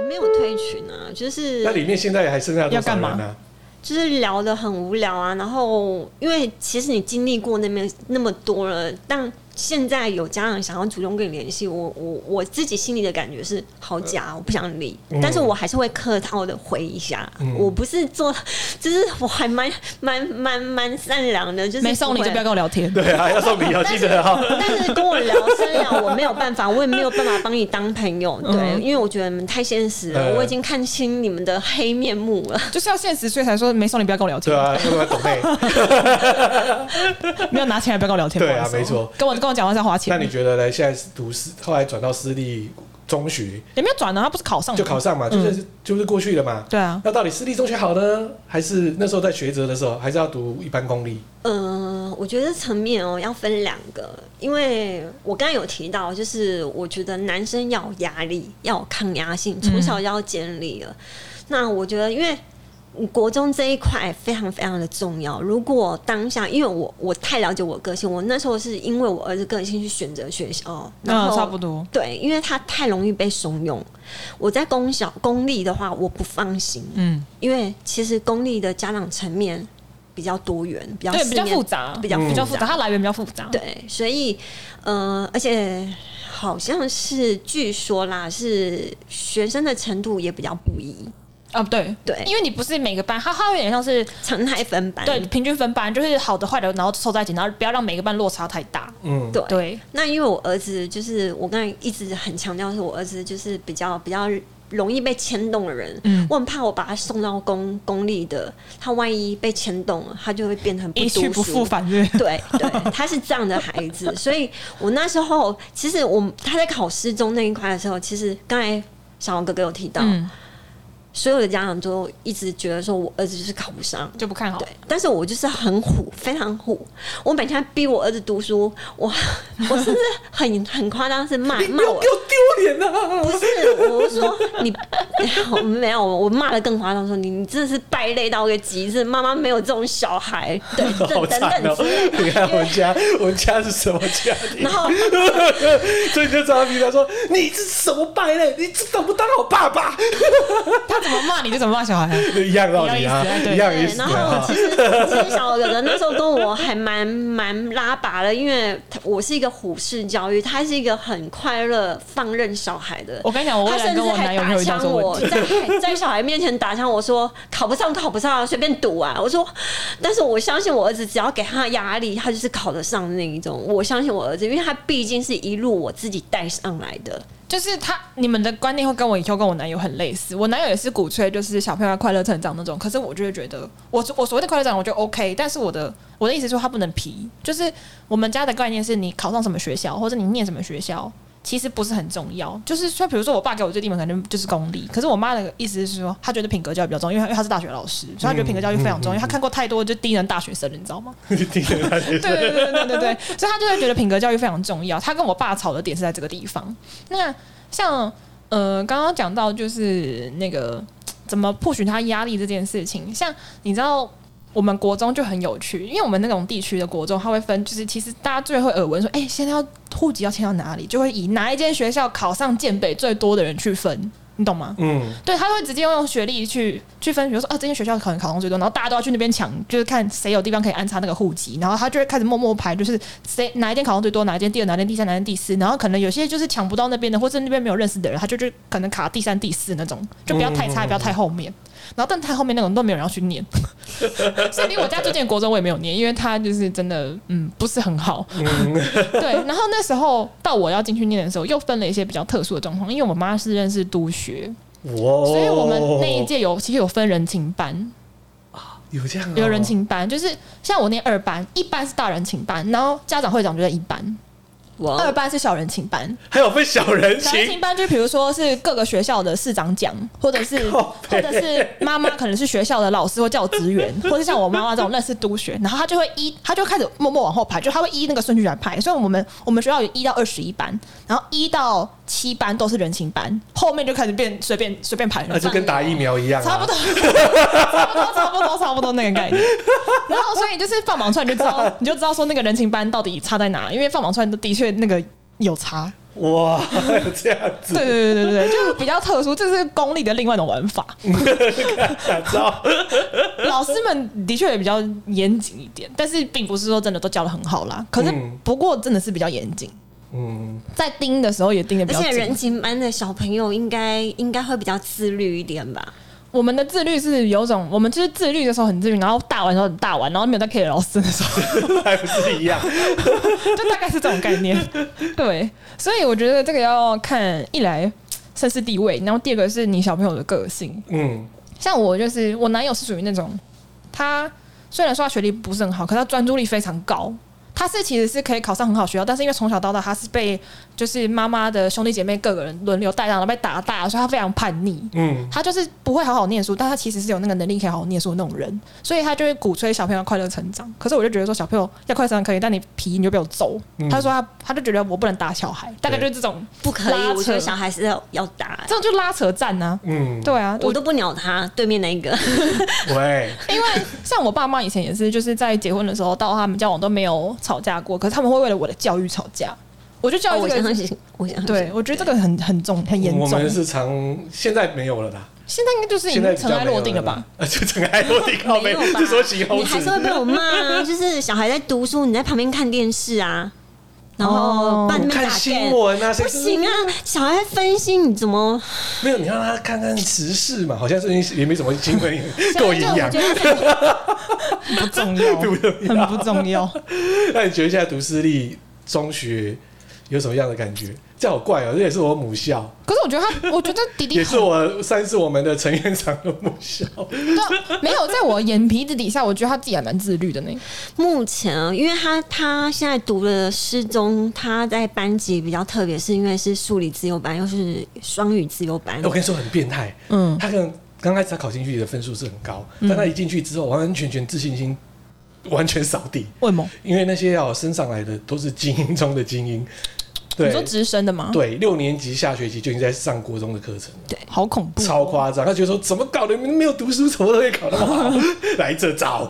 S3: 我没有退群啊，就是
S1: 那里面现在还剩下多
S2: 要
S1: 少
S2: 干
S1: 人啊
S2: 嘛
S1: 呢、
S3: 就是聊得很无聊啊。然后因为其实你经历过那边那么多了，但现在有家长想要主动跟你联系，我我我自己心里的感觉是好假，啊我不想理，
S1: 嗯
S3: 但是我还是会客套的回一下，
S1: 嗯
S3: 我不是做， 就是我还蛮蛮蛮蛮善良的，就是
S2: 没送你
S3: 不
S2: 就
S3: 会
S2: 不要跟我聊天。
S1: 对啊，要送礼要记得啊哈。
S3: 但是跟我聊生聊，我没有办法， 我也没有办法帮你当朋友，对，
S2: 嗯
S3: 因为我觉得你们太现实了，
S1: 嗯
S3: 我已经看清你们的黑面目了。
S2: 就是要现实，所以才说没送你不要跟我聊 天
S1: 对，啊， 要不要懂内？
S2: 没有拿钱来不要跟我聊天。
S1: 对啊
S2: 不好意思
S1: 没
S2: 哦
S1: 错
S2: 跟我跟我讲话是要花钱
S1: 那，你觉得呢？现在是读私，后来转到私立中学，
S2: 也没有转呢，他不是考上的
S1: 就考上嘛，就是就是过去了嘛。
S2: 对啊，
S1: 那到底私立中学好呢，还是那时候在学哲的时候，还是要读一般公立？
S3: 嗯，我觉得层面哦要分两个，因为我刚刚有提到，就是我觉得男生要有压力，要有抗压性，从小就要建立了。那我觉得，因为国中这一块非常非常的重要。如果当下，因为我我太了解我个性，我那时候是因为我儿子个性去选择学校，然
S2: 那
S3: 后
S2: 差不多。
S3: 对，因为他太容易被怂恿。我在公小公立的话，我不放心，
S2: 嗯，
S3: 因为其实公立的家长层面比较多元，比较
S2: 对，比较
S3: 四面
S2: 复杂，
S3: 比较
S1: 嗯
S2: 比较复杂，它来源比较复杂。，
S3: 对，所以呃，而且好像是据说啦，是学生的程度也比较不一，
S2: 啊，对
S3: 对哎
S2: 因为你不是每个班，它它有点像是
S3: 常态分班。
S2: 对平均分班，就是好的坏的，然后凑在一起，然后不要让每个班落差太大。
S1: 嗯，
S3: 对
S2: 对，
S3: 那因为我儿子就是我刚才一直很强调，是我儿子就是比较比较容易被牵动的人。
S2: 嗯
S3: 我很怕我把他送到公公立的，他万一被牵动了，他就会变成不
S2: 一去
S3: 读
S2: 不复
S3: 书。
S2: 返，对。
S3: 对对，他是这样的孩子，所以我那时候其实我他在考失踪那一块的时候，其实刚才小王哥哥有提到，
S2: 嗯，
S3: 所有的家长都一直觉得说我儿子就是考不上，
S2: 就不看好
S3: 对。，但是我就是很虎，非常虎。我每天逼我儿子读书，我我甚至很很夸张，是骂骂我。
S1: 丢脸啊！
S3: 不是，我是说你 我没有，我骂的更夸张，说你你真的是败类到一个极致，妈妈没有这种小孩， 对，
S1: 好
S3: 等等
S1: 惨
S3: 等
S1: 哦
S3: 之类 的。！
S1: 你看我们家，我们家是什么家庭？
S3: 然后
S1: 所以你就常常听他说：“你这是什么败类？你这怎么当好爸爸
S2: 他怎么骂你就怎么骂小孩啊，？”
S1: 一样道理啊
S2: 一样意思啊，对
S1: 一样意
S3: 对，
S1: 思
S3: 然后
S1: 啊
S3: 其。实其实小哥哥那时候跟我还蛮 蛮拉拔的，因为他我是一个虎式教育，他是一个很快乐放任小孩的。
S2: 我跟你讲，我未
S3: 他
S2: 来
S3: 甚至
S2: 跟我男
S3: 还
S2: 友
S3: 打
S2: 会遇到这
S3: 枪
S2: 个
S3: 我，
S2: 问题。
S3: 在在小孩面前打枪我说考不上考不上，随便赌啊！我说，但是我相信我儿子，只要给他压力，他就是考得上的那一种。我相信我儿子，因为他毕竟是一路我自己带上来的。
S2: 就是他你们的观念会跟我以后跟我男友很类似，我男友也是鼓吹就是小朋友要快乐成长那种，可是我就会觉得我我所谓的快乐成长我觉得 OK，但是我的我的意思是说他不能皮，就是我们家的概念是你考上什么学校或者你念什么学校。其实不是很重要，就是说，比如说我爸给我最低门槛就就是公立，可是我妈的意思是说，她觉得品格教育比较重要，因为她因为她是大学老师，所以她觉得品格教育非常重要，因为她看过太多就低能大学生了，你知道吗？
S1: 你听着他就
S2: 对对对对对对，所以他就会觉得品格教育非常重要。他跟我爸吵的点是在这个地方。那像呃，刚刚讲到就是那个怎么迫使他压力这件事情，像你知道。我们国中就很有趣，因为我们那种地区的国中，它会分，就是其实大家最会耳闻说，哎、现在要户籍要迁到哪里，就会以哪一间学校考上建北最多的人去分，你懂 吗？
S1: 嗯，
S2: 对，他会直接用学历去去分，比如说啊，这间学校可能考上最多，然后大家都要去那边抢，就是看谁有地方可以安插那个户籍，然后他就会开始默默排，就是谁哪一间考上最多，哪一间第二，哪一间第三，哪一间第四，然后可能有些就是抢不到那边的，或是那边没有认识的人，他就就可能卡第三、第四那种，就不要太差，也不要太后面。然后，但太后面那种都没有人要去念，所以离我家最近的国中我也没有念，因为他就是真的，嗯，不是很好。 对，然后那时候到我要进去念的时候，又分了一些比较特殊的状况，因为我妈是认识督学，
S1: 我
S2: 所以我们那一届有其实有分人情班，
S1: 有这样哦
S2: 有人情班，就是像我那二班，一班是大人情班，然后家长会长就在一班，
S3: 哇
S2: 二班是小人情班。
S1: 还有分小人
S2: 小人情
S1: 情，
S2: 班就比如说是各个学校的市长奖，或者是
S1: 靠
S2: 或
S1: 北
S2: 者是妈妈可能是学校的老师或教 职员，或是像我妈妈这种认识督学，然后她就会依，她就开始默默往后排，就她会依那个顺序来排。所以我们我们学校有一到二十一班，然后一到七班都是人情班，后面就开始变随便随便排
S1: 那
S2: 了。
S1: 就跟打疫苗一样啊，
S2: 差不多， 差不多，差不多，差不多那个概念。然后，所以就是放榜出来，你就知道，你就知道说那个人情班到底差在哪，因为放榜出来的的确那个有差。
S1: 哇，这样子，
S2: 对对对对对，就是比较特殊，这是公立的另外一种玩法。
S3: 嗯
S1: 哪知道？
S2: 老师们的确也比较严谨一点，但是并不是说真的都教的很好啦。可是
S1: 嗯
S2: 不过真的是比较严谨，
S1: 嗯，
S2: 在盯的时候也盯的比较
S3: 而且人
S2: 紧。
S3: 情班的小朋友应该应该会比较自律一点吧？
S2: 我们的自律是有种，我们就是自律的时候很自律，然后大玩的时候很大玩，然后没有在 care 老师的时候，
S1: 还不是一样？
S2: 就大概是这种概 念。对，所以我觉得这个要看一来身世地位，然后第二个是你小朋友的个性。
S1: 嗯，
S2: 像我就是我男友是属于那种，他虽然说他学历不是很好，可他专注力非常高。他是其实是可以考上很好学校，但是因为从小到大他是被就是妈妈的兄弟姐妹各个人轮流带大，然后被打大，所以他非常叛逆。
S1: 嗯，
S2: 他就是不会好好念书，但他其实是有那个能力可以好好念书的那种人，所以他就会鼓吹小朋友快乐成长。可是我就觉得说，小朋友要快乐成长可以，但你皮你就被我揍。
S1: 嗯
S2: 他就说他他就觉得我不能打小孩，大概就是这种
S3: 不可以，
S2: 拉
S3: 我觉
S2: 扯
S3: 得小孩是要要打、
S2: 这种就拉扯战啊。
S1: 嗯，
S2: 对啊，
S3: 我都不鸟他对面那一个。
S1: 喂，
S2: 因为像我爸妈以前也是，就是在结婚的时候到他们交往都没有吵架过，可是他们会为了我的教育吵架。我觉得教
S3: 哦
S2: 育
S3: 我
S2: 这个，
S3: 相信，我相信。
S2: 对我觉得这个很很重很严
S1: 我
S2: 重。
S1: 们是常现在没有了啦，
S2: 现在应该就是已
S1: 现在
S2: 经
S1: 比较
S2: 尘埃
S1: 没有
S2: 落定了
S1: 了
S2: 吧？？
S1: 呃，就尘埃落定，靠 背，
S3: 没有吧
S1: 这时候形容
S3: 你还是会
S1: 词，
S3: 被我骂 啊！就是小孩在读书，你在旁边看电视啊，然
S2: 哦
S3: 后半边
S1: 看
S3: 打
S1: 新
S3: game。
S1: 闻啊，谁
S3: 不行啊！小孩分心，你怎么？
S1: 没有，你让他看看时事嘛，好像最近也没什么新闻， 够营养
S3: 就。 我觉得
S2: 不重要，
S1: 不重要
S2: 很不重要。
S1: 那你觉得现在读私立中学有什么样的感觉？这好怪哦、这也是我母校，
S2: 可是我觉得他，我觉得弟弟
S1: 也是
S2: 很
S1: 我算是我们的陈院长的母校。
S2: 对啊没有在我眼皮子底下，我觉得他自己还蛮自律的呢。
S3: 目前啊，因为他他现在读了师中，他在班级比较特别，是因为是数理自由班，又是双语自由班
S1: 哎。我跟你说很变态，
S2: 嗯，
S1: 他可能刚开始他考进去的分数是很高，但他一进去之后，完完全全自信心 完全扫地，
S2: 为什么？
S1: 因为那些要升上来的都是精英中的精英。
S2: 你
S1: 对
S2: 说直升的吗？，
S1: 对，六年级下学期就已经在上国中的课程了。
S2: 好恐怖，
S1: 超夸张，他觉得说怎么搞的，没有读书怎么都可以考那么好， 来这招！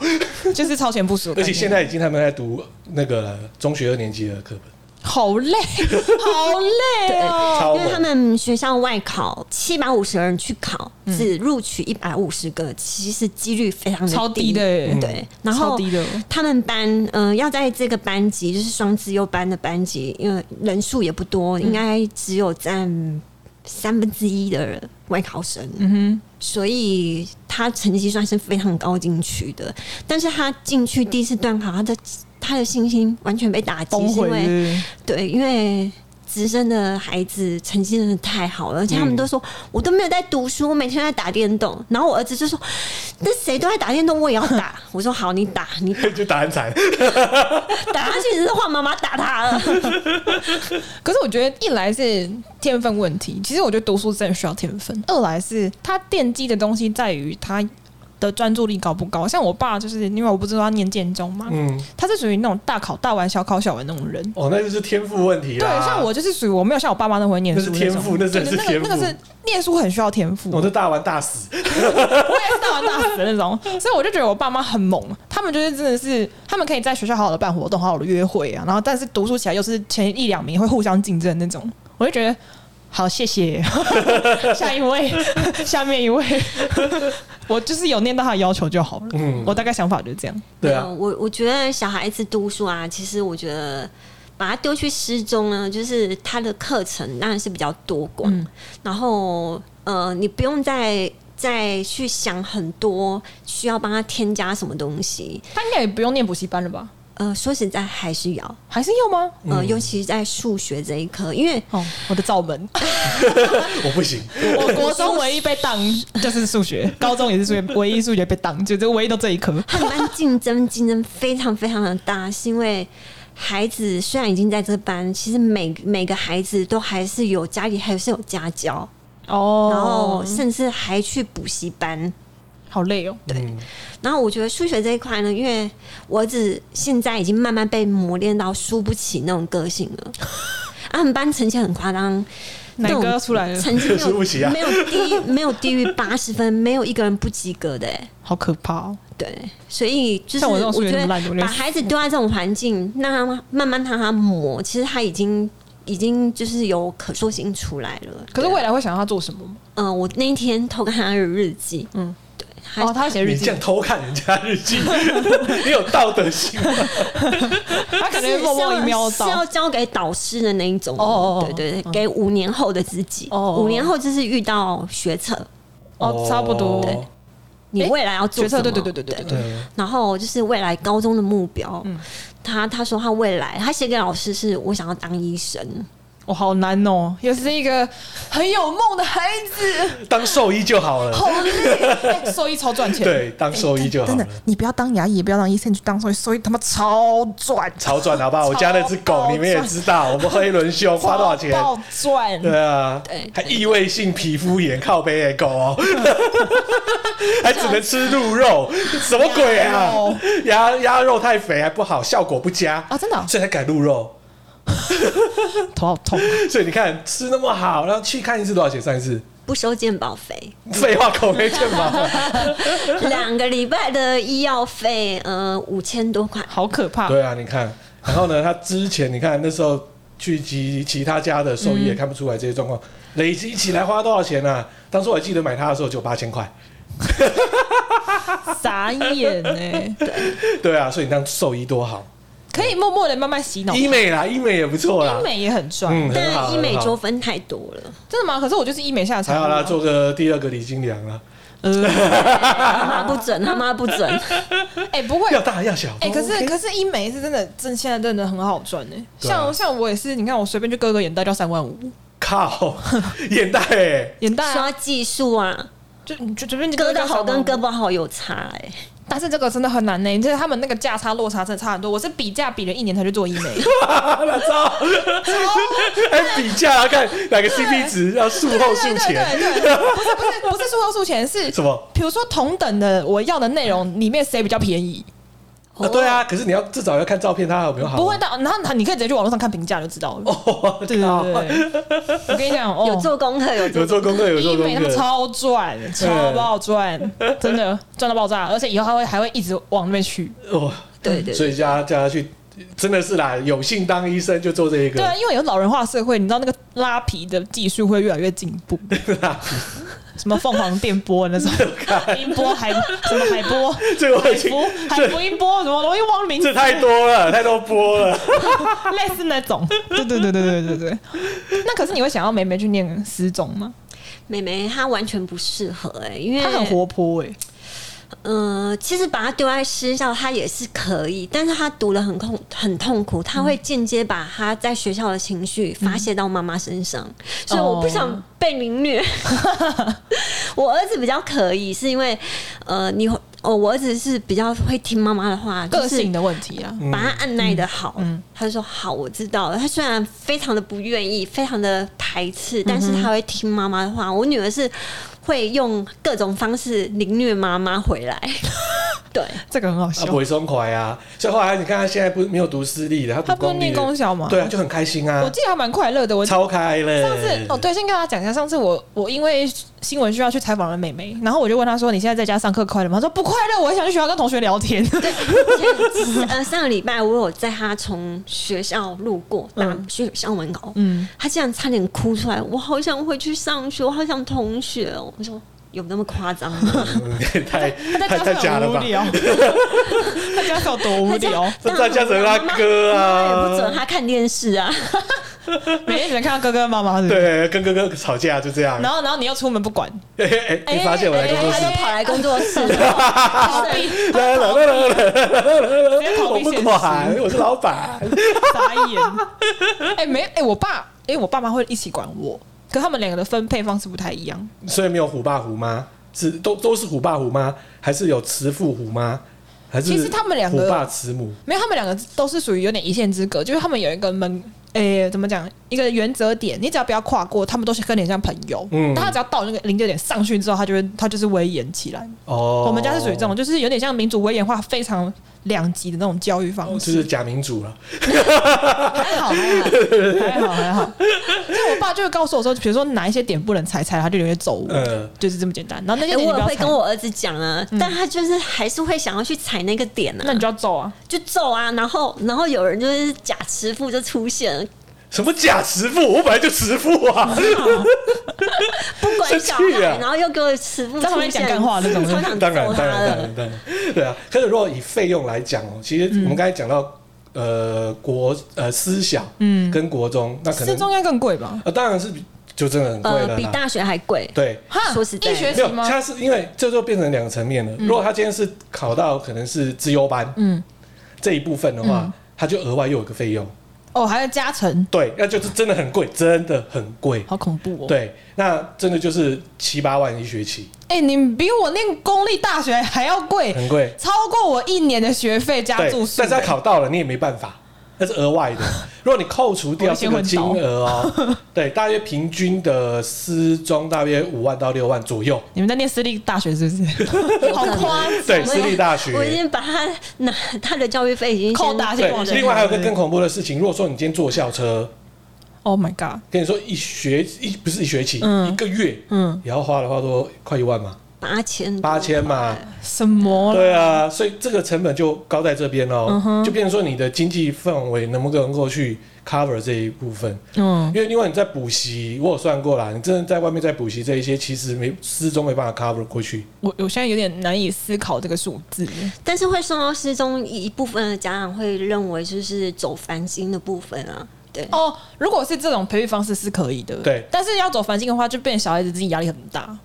S2: 就是超前部署的概
S1: 而
S2: 念。
S1: 且现在已经他们在读那个中学二年级的课本，
S2: 好累，好累哦。
S1: 超
S3: 因为他
S1: 猛。
S3: 们学校外考七百五十人去考，
S2: 嗯
S3: 只录取一百五十个，其实几率非常
S2: 超低的耶
S3: 对，然
S2: 超
S3: 后
S2: 低的
S3: 他们班，嗯、要在这个班级，就是双资优班的班级，因为人数也不多，
S2: 嗯
S3: 应该只有占三分之一的人外考生。
S2: 嗯
S3: 所以他成绩算是非常高进去的，但是他进去第一次段考，他的他的信心完全被
S2: 哼，
S3: 打击，
S2: 崩
S3: 是因
S2: 毁
S3: 为
S2: 是不是
S3: 对，因为直升的孩子成绩真的太好了，而且他们都说、
S1: 嗯
S3: 我都没有在读书，我每天在打电动。然后我儿子就说：“那谁都在打电动，我也要打。” 我说：“好，你打，你打，
S1: 就打很惨，
S3: 打他其实是换妈妈打他了。
S2: 可是我觉得一来是天分问题，其实我觉得读书真的需要天分；二来是他奠基的东西在于他的专注力高不高。像我爸就是因为我不知道他念建中嘛，
S1: 嗯，
S2: 他是属于那种大考大玩、小考小玩那种人。
S1: 哦，那就是天赋问题
S2: 对，
S1: 啦。
S2: 像我，就是属于我没有像我爸妈那会念
S1: 那
S2: 书
S1: 是
S2: 种，
S1: 天赋那真
S2: 对
S1: 的是
S2: 对那个
S1: 天
S2: 那个
S1: 赋
S2: 是念书很需要天赋。
S1: 我是大玩大死，
S2: 我也是大玩大死的那种， 所以我就觉得我爸妈很猛，他们就是真的是，他们可以在学校好好的办活动，好好的约会啊，然后但是读书起来又是前一两名会互相竞争那种，我就觉得好谢 谢，下一 位，下面一位，我就是有念到他的要求就好了，
S1: 嗯
S2: 我大概想法就是这样，
S1: 对
S3: 没有
S1: 啊，
S3: 我我觉得小孩子读书啊，其实我觉得。把他丢去失踪呢，就是他的课程当然是比较多广，
S2: 嗯
S3: 然后呃，你不用再再去想很多需要帮他添加什么东西，
S2: 他应该也不用念补习班了吧？
S3: 呃，说实在还是要，
S2: 还是要吗？
S3: 呃，尤其在数学这一科，因为
S2: 哦，我的罩门，
S1: 我不行，
S2: 我国中唯一被当就是数学，高中也是数学，唯一数学被当，就就唯一都这一科。
S3: 他们班竞争竞争非常非常的大，是因为孩子虽然已经在这班，其实每每个孩子都还是有家里还是有家教，
S2: 哦
S3: 然后甚至还去补习班。
S2: 好累哦，
S1: 嗯，
S3: 然后我觉得数学这一块呢，因为我儿子现在已经慢慢被磨练到输不起那种个性了。啊，我们班成绩很夸张，
S2: 奶
S3: 那种
S2: 哥要出来了。
S3: 成绩没
S1: 输不起啊
S3: 有没有低于没有低于八十分，没有一个人不及格的、欸。
S2: 好可怕哦！
S3: 对，所以就是
S2: 像我
S3: 我
S2: 这种数学
S3: 觉
S2: 那么
S3: 得
S2: 烂的我连
S3: 把孩子丢在这种环境，让他慢慢让他磨，其实他已经已经就是有可塑性出来了。
S2: 可是
S3: 对
S2: 未来会想要他做什么吗？
S3: 嗯、我那一天偷看他的日记，嗯，对，他
S2: 哦，他会写日
S1: 你
S2: 记
S1: 这，样偷看人家日记， 你有道德心吗？
S2: 他可
S3: 是
S2: 能默默一瞄
S3: 是要
S2: 到。
S3: 交给导师的那一种，
S2: 哦哦哦
S3: 对对对，给五年后的自己，
S2: 哦哦哦
S3: 五年后就是遇到学测，
S2: 哦，差不多。
S1: 对
S3: 你
S2: 诶
S3: 未来要做
S2: 决策，
S3: 什么？
S2: 对对对对对嗯对。
S1: 对，
S3: 然后就是未来高中的目标，他他说他未来他写给老师是我想要当医生，
S2: 我好难哦，又是一个很有梦的孩子，
S1: 当兽医就好了。
S2: 好 累。兽医超赚钱，
S1: 对，当兽医就好
S2: 真
S1: 了
S2: 的。，你不要当牙医，也不要当医生，你去当兽医，兽医他妈超赚，
S1: 超赚好不好？我家那只
S2: 超爆
S1: 狗
S2: 赚
S1: 你们也知道，我们黑轮修花多少钱？
S2: 超爆赚。
S1: 对啊，
S3: 对
S1: 还异位性皮肤炎靠背的狗 哦，还只能吃鹿肉，什么鬼啊
S2: 鸭肉？
S1: 鸭鸭肉太肥还不好，效果不佳
S2: 啊真的哦
S1: 所以才改鹿肉。
S2: 头好痛，
S1: 所以你看吃那么好，然后去看一次多少钱？上一次
S3: 不收健保费，
S1: 废话，口碑健 嘛。
S3: 两个礼拜的医药费，呃，五千多块，
S2: 好可怕。
S1: 对啊，你看，然后呢，他之前你看那时候去其其他家的兽医也看不出来这些状况，累积起来花多少钱啊？当初我还记得买它的时候只有八千块。
S2: 傻眼哎、
S1: 对啊，所以你当兽医多好，
S2: 可以默默的慢慢洗脑。
S1: 医
S2: 医
S1: 美啦，医美也不错啦。
S2: 哦美也很赚，
S1: 啊嗯，很好
S3: 但医美
S1: 很好
S3: 纠纷太多了，
S2: 真的吗？可是我就是医美下的产
S1: 还
S2: 物
S1: 好
S2: 啊
S1: 啦，做个第二个李金良啦，
S2: 呃，
S3: 他妈不准，他妈不准，
S2: 哎、不会，
S1: 要大要小。
S2: 哎、可是
S1: 哦 OK
S2: 可是医美是真的，真现在真的很好赚哎、
S1: 对啊
S2: 像像我也是，你看我随便就割个眼袋就要三万五，
S1: 靠， 眼袋哎，
S2: 眼袋
S3: 说
S2: 啊、
S3: 到技术啊，
S2: 就你就随便就
S3: 割
S2: 掉
S3: 的好跟
S2: 3万
S3: 割
S2: 五，
S3: 不好有差哎、
S2: 但是这个真的很难呢、欸就是他们那个价差落差真的差很多。我是比价比了一年才去做医 美，
S1: 啊那 操， 还比价啊，看哪个 CP 值要术后术前
S2: 对啊对对对，不是不是不是术后术前是
S1: 什么？
S2: 比如说同等的我要的内容里面谁比较便宜，
S1: 啊，对啊，可是你要至少要看照片，它有没有好啊？
S2: 不会到，然后你可以直接去网络上看评价就知道了。
S1: 哦，
S2: 对
S1: 靠
S3: 嗯
S2: 对对对，我跟你讲，哦，
S3: 有做功课，有
S1: 有
S3: 做
S1: 做功课，有做
S2: 医美
S1: 功
S2: 他们
S1: 课。
S2: 超赚，超爆赚，真的赚到爆炸，而且以后还会还会一直往那边去。
S1: 哦，
S3: 对对
S1: 所以
S3: 对，
S1: 叫他叫他去，真的是啦，有幸当医生就做这一
S2: 对啊，
S1: 个，
S2: 因为有老人化社会，你知道那个拉皮的技术会越来越进步，什么凤凰电波那种，音波海什么海波。
S1: 这个我
S2: 海
S1: 已经
S2: 波、海
S1: 这
S2: 波音波什么，我又忘了名字
S1: 这，太多了，太多波了。
S2: 类似那种。对对对对对对对。 那可是你会想要梅梅去念十中吗？
S3: 美眉她完全不适合哎、因为
S2: 她很活泼哎、
S3: 嗯，其实把他丢在私校，他也是可以，但是他读了很痛很痛苦，他会间接把他在学校的情绪发泄到妈妈身上，
S2: 嗯
S3: 所以我不想被 凌虐。我儿子比较可以，是因为呃，你哦，我儿子是比较会听妈妈的话，
S2: 个
S3: 就是
S2: 性的问题啊。
S3: 把他按耐的好，他就说好，我知道了。他虽然非常的不愿意，非常的排斥，但是他会听妈妈的话。我女儿是会用各种方式凌虐妈妈回来，对，
S2: 这个很好
S1: 他
S2: 笑。
S1: 不会松快啊，所以后来你看他现在不没有读私立的，他
S2: 他
S1: 读
S2: 不是
S1: 公立
S2: 念
S1: 的
S2: 公校吗？
S1: 对啊，就很开心啊
S2: 我，记得还蛮快乐的。我上
S1: 超开嘞。
S2: 次哦，对，先跟大家讲一下，上次我我因为新闻需要去采访了美眉，然后我就问她说：“你现在在家上课快乐吗？”她说：“不快乐，我还想去学校跟同学 聊天。
S3: 前呃上个礼拜我有在他从学校路过，大学校门口，
S2: 嗯
S3: 嗯，他竟然差点哭出来，我好想回去上学，我好想同学哦。我说有那么夸张吗？
S1: 嗯太”
S2: 她
S1: 太
S2: 在
S1: 太
S2: 家
S1: 假
S2: 上
S1: 了
S2: 有无
S1: 吧？
S2: 聊，她家上有多无 聊，
S1: 这在家只能他哥
S3: 他也不准
S1: 啊，
S3: 他看电视啊。
S2: 每天只能看到哥哥妈妈。是不是，
S1: 对，跟哥哥吵架就这样。
S2: 然后然后你又出门不管，
S1: 哎哎哎你发现我来工作室
S3: 他，就跑来工作室啊了，
S2: 逃避，
S1: 来来来来来
S2: 直接逃
S1: 我
S2: 避
S1: 不
S2: 现实，
S1: 管，我是老板。
S2: 傻 眼。
S1: 嗯
S2: 哎，没哎，我爸哎，我爸妈会一起管我，可他们两个的分配方式不太一样。
S1: 所以没有虎爸虎妈，是都都是虎爸虎妈，还是有慈父虎妈，还是
S2: 其实他们两个
S1: 虎爸慈母
S2: 没有，他们两个都是属于有点一线之隔，就是他们有一个门，诶、怎么讲？一个原则点，你只要不要跨过，他们都是跟你很像朋友。
S1: 嗯
S2: 嗯，但他只要到那个临界点上去之后，他就会他就是威严起来。
S1: 哦。
S2: 我们家是属于这种，，就是有点像民主威严化非常两极的那种教育方
S1: 就
S2: 式。
S1: 哦是假民主了。
S2: 还好还好还好还好，就我爸就会告诉我说，比如说哪一些点不能踩，踩他就有点走我，
S1: 嗯
S2: 就是这么简单。然后那些
S3: 欸
S2: 点你
S3: 我
S2: 不
S3: 也
S2: 要
S3: 会
S2: 踩嗯
S3: 跟。我儿子讲啊，但他就是还是会想要去踩那个点
S2: 那
S3: 啊
S2: 你，就要揍啊！
S3: 就揍啊，然后然后有人就是假慈父就出现了，
S1: 什么假慈父？我本来就慈父 啊！
S2: 哦
S3: 不管小
S1: 生气
S3: 孩，
S1: 啊
S3: 然后又给我慈父
S2: 在旁
S3: 出
S2: 边
S3: 现，
S2: 讲干话那种
S3: 超想揍
S1: 当然，当
S3: 他
S1: 然，当
S3: 的
S1: 然，。当然，对啊。可是如果以费用来讲哦，其实
S2: 嗯
S1: 我们刚才讲到呃国呃私小
S2: 嗯，
S1: 跟国中，那可
S2: 私中
S1: 能
S2: 应该更贵吧？
S1: 呃当然是比就真的很贵
S3: 呃，
S1: 了
S3: 比
S1: 啦。
S3: 大学还贵。
S1: 对，
S2: 哈，
S3: 说实在
S2: 一学
S1: 没
S2: 期
S1: 有，
S2: 吗？
S1: 他是因为这就变成两个层面了。如果他今天是考到可能是资优班
S2: 嗯，
S1: 这一部分的话
S2: 嗯，
S1: 他就额外又有个费用。
S2: 哦，还要加成，
S1: 对，那就是真的很贵，真的很贵。
S2: 好恐怖哦！，
S1: 对，那真的就是七八万一学期，
S2: 哎，你们比我念公立大学还要贵，
S1: 很贵。
S2: 超过我一年的学费加
S1: 呃对
S2: 住，宿。
S1: 但是他考到了，你也没办法，那是额外的。如果你扣除掉这个金额哦，对，大约平均的私中大约五万到六万左右。
S2: 你们在念私立大学是 不是？好夸张！
S1: 对，私立大学。
S3: 我已经把他拿他的教育费已经
S2: 扣
S3: 先
S2: 打先
S1: 对
S2: 往，前
S1: 另外还有一个更恐怖的事情，如果说你今天坐校车，
S2: Oh my god！
S1: 跟你说一学一不是一学期，
S2: 嗯
S1: 一个月，
S2: 嗯，
S1: 也要花的话多快一万嘛，
S3: 八千多
S1: 八千嘛，
S3: 嗯
S2: 什么？
S1: 对，啊，所以这个成本就高在这边
S2: 嗯
S1: 哦，
S2: 哼
S1: 就变成说你的经济范围能不能够去 cover 这一部分，
S2: 嗯，
S1: 因为另外你在补习，我有算过啦，你真的在外面在补习这一些，其实没始终没办法 cover 过去。
S2: 我我现在有点难以思考这个数字。
S3: 但是会送到失踪，一部分的家长会认为就是走繁星的部分啊，对，
S2: 哦，如果是这种培育方式是可以的，
S1: 对
S2: 但是要走繁星的话，就变小孩子自己压力很大，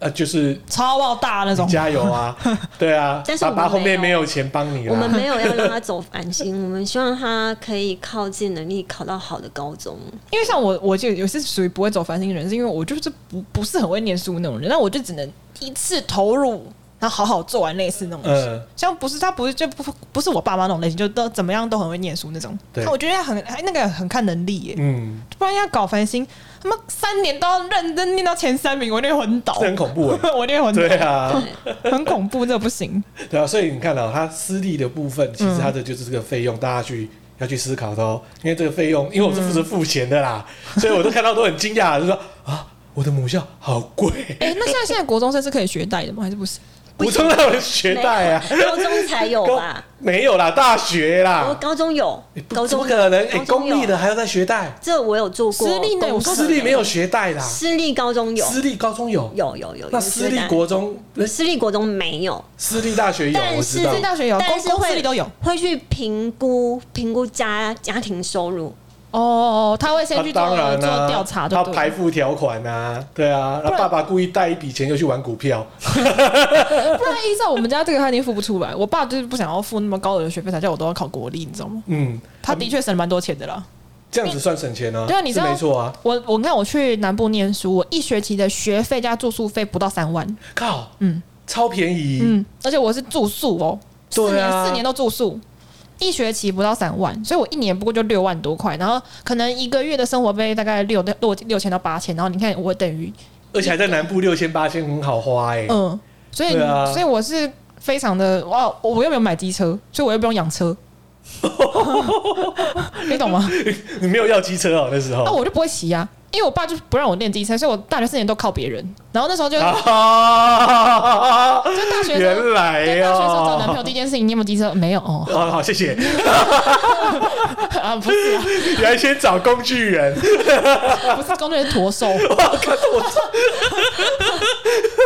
S1: 呃，就是
S2: 超爆大那种。
S1: 加油 啊，对啊
S3: 但，是
S1: 爸
S3: 我们
S1: 爸后面
S3: 没
S1: 没
S3: 有
S1: 有钱帮你
S3: 我们
S1: 啦。
S3: 没有要让他走繁星，我们希望他可以靠自己能力考到好的高中。
S2: 因为像我，我就有是属于不会走繁星的人，是因为我就是不不是很会念书那种人，那我就只能一次投入，然后好好做完类似那种事。
S1: 嗯，
S2: 像不是他不是就不不是我爸妈那种类型，就都怎么样都很会念书那种。
S1: 对
S2: 我觉得很还那个很看能力耶，
S1: 嗯，
S2: 不然要搞繁星，他妈三年都要认真念到前三名，我那昏 倒
S1: 这，很恐怖哎、
S2: 我那昏
S1: 对
S2: 倒，
S1: 啊，
S2: 很恐怖，这不行。
S1: 对啊，所以你看到、它私立的部分，其实
S3: 嗯
S1: 它的就是这个费用，大家去要去思考的哦。因为这个费
S3: 嗯
S1: 用，因为我是负责付钱的 啦，所以我都看到都很惊讶，就说啊，我的母校好贵，
S2: 哎、 那现在现在国中生是可以学贷的吗？还是不是？
S1: 补充到人学贷啊，
S3: 没有高中才有
S1: 高
S3: 吧？
S1: 没有啦，大学
S3: 我
S1: 啦，
S3: 高中有
S1: 欸，不
S3: 高
S1: 怎
S3: 中
S1: 么可能？哎、
S3: 高中
S1: 公
S3: 有
S1: 立的还要在学贷，
S3: 这我有做过，
S2: 私立呢
S3: 公
S2: 我说
S1: 私立没啊有学贷啦，
S3: 私立高中有，
S1: 私立高中有，
S3: 有有有，
S1: 那
S3: 有
S1: 私
S3: 学
S1: 立
S3: 贷
S1: 国中、呃
S3: 私立国中没有，
S1: 私立大学有，
S3: 但
S1: 我
S3: 是
S1: 知道
S2: 私。立大学有，公
S3: 但是
S2: 公私
S3: 会
S2: 立都有。
S3: 会去评估评估家家庭收入，
S2: 哦哦，哦他会先去
S1: 啊
S2: 做、
S1: 当然啦、
S2: 做调查，
S1: 他
S2: 对不
S1: 排
S2: 对？
S1: 付条款啊，对啊，然后
S2: 然
S1: 爸爸故意带一笔钱又去玩股票，
S2: 不然依照我们家这个，他已经付不出来。我 爸就是不想要付那么高额的学费，才叫我都要考国立，你知道吗？
S1: 嗯，
S2: 他的确省了蛮多钱的啦。
S1: 这样子算省钱啊，
S2: 对啊你知
S1: 是
S2: 道
S1: 没错啊，
S2: 我我看我去南部念书，我一学期的学费加住宿费不到三万，
S1: 靠，
S2: 嗯
S1: 超便宜，
S2: 嗯，而且我是住宿哦，四
S1: 对
S2: 年、
S1: 啊
S2: 四年都住宿，一学期不到三万，所以我一年不过就六万多块，然后可能一个月的生活费大概六六六千到八千，然后你看我等于
S1: 而且还在南部六千八千很好花哎、
S2: 嗯，所以、
S1: 对啊
S2: 所以我是非常的哇，我又没有买机车，所以我又不用养 车，你懂吗？
S1: 你没有要机车哦、那时候
S2: 那、我就不会骑呀、因为我爸就不让我练机车，所以我大学四年都靠别人，然后那时候就、
S1: 啊，
S2: 就大哦学生。
S1: 原来
S2: 对，大学时候找男朋友
S1: 哦、
S2: 第一件事情，你有没有机车？没有哦，
S1: 哦，好，谢谢。
S2: 啊，不是啊，
S1: 原来先找工具人，
S2: 不是工作人员驼兽。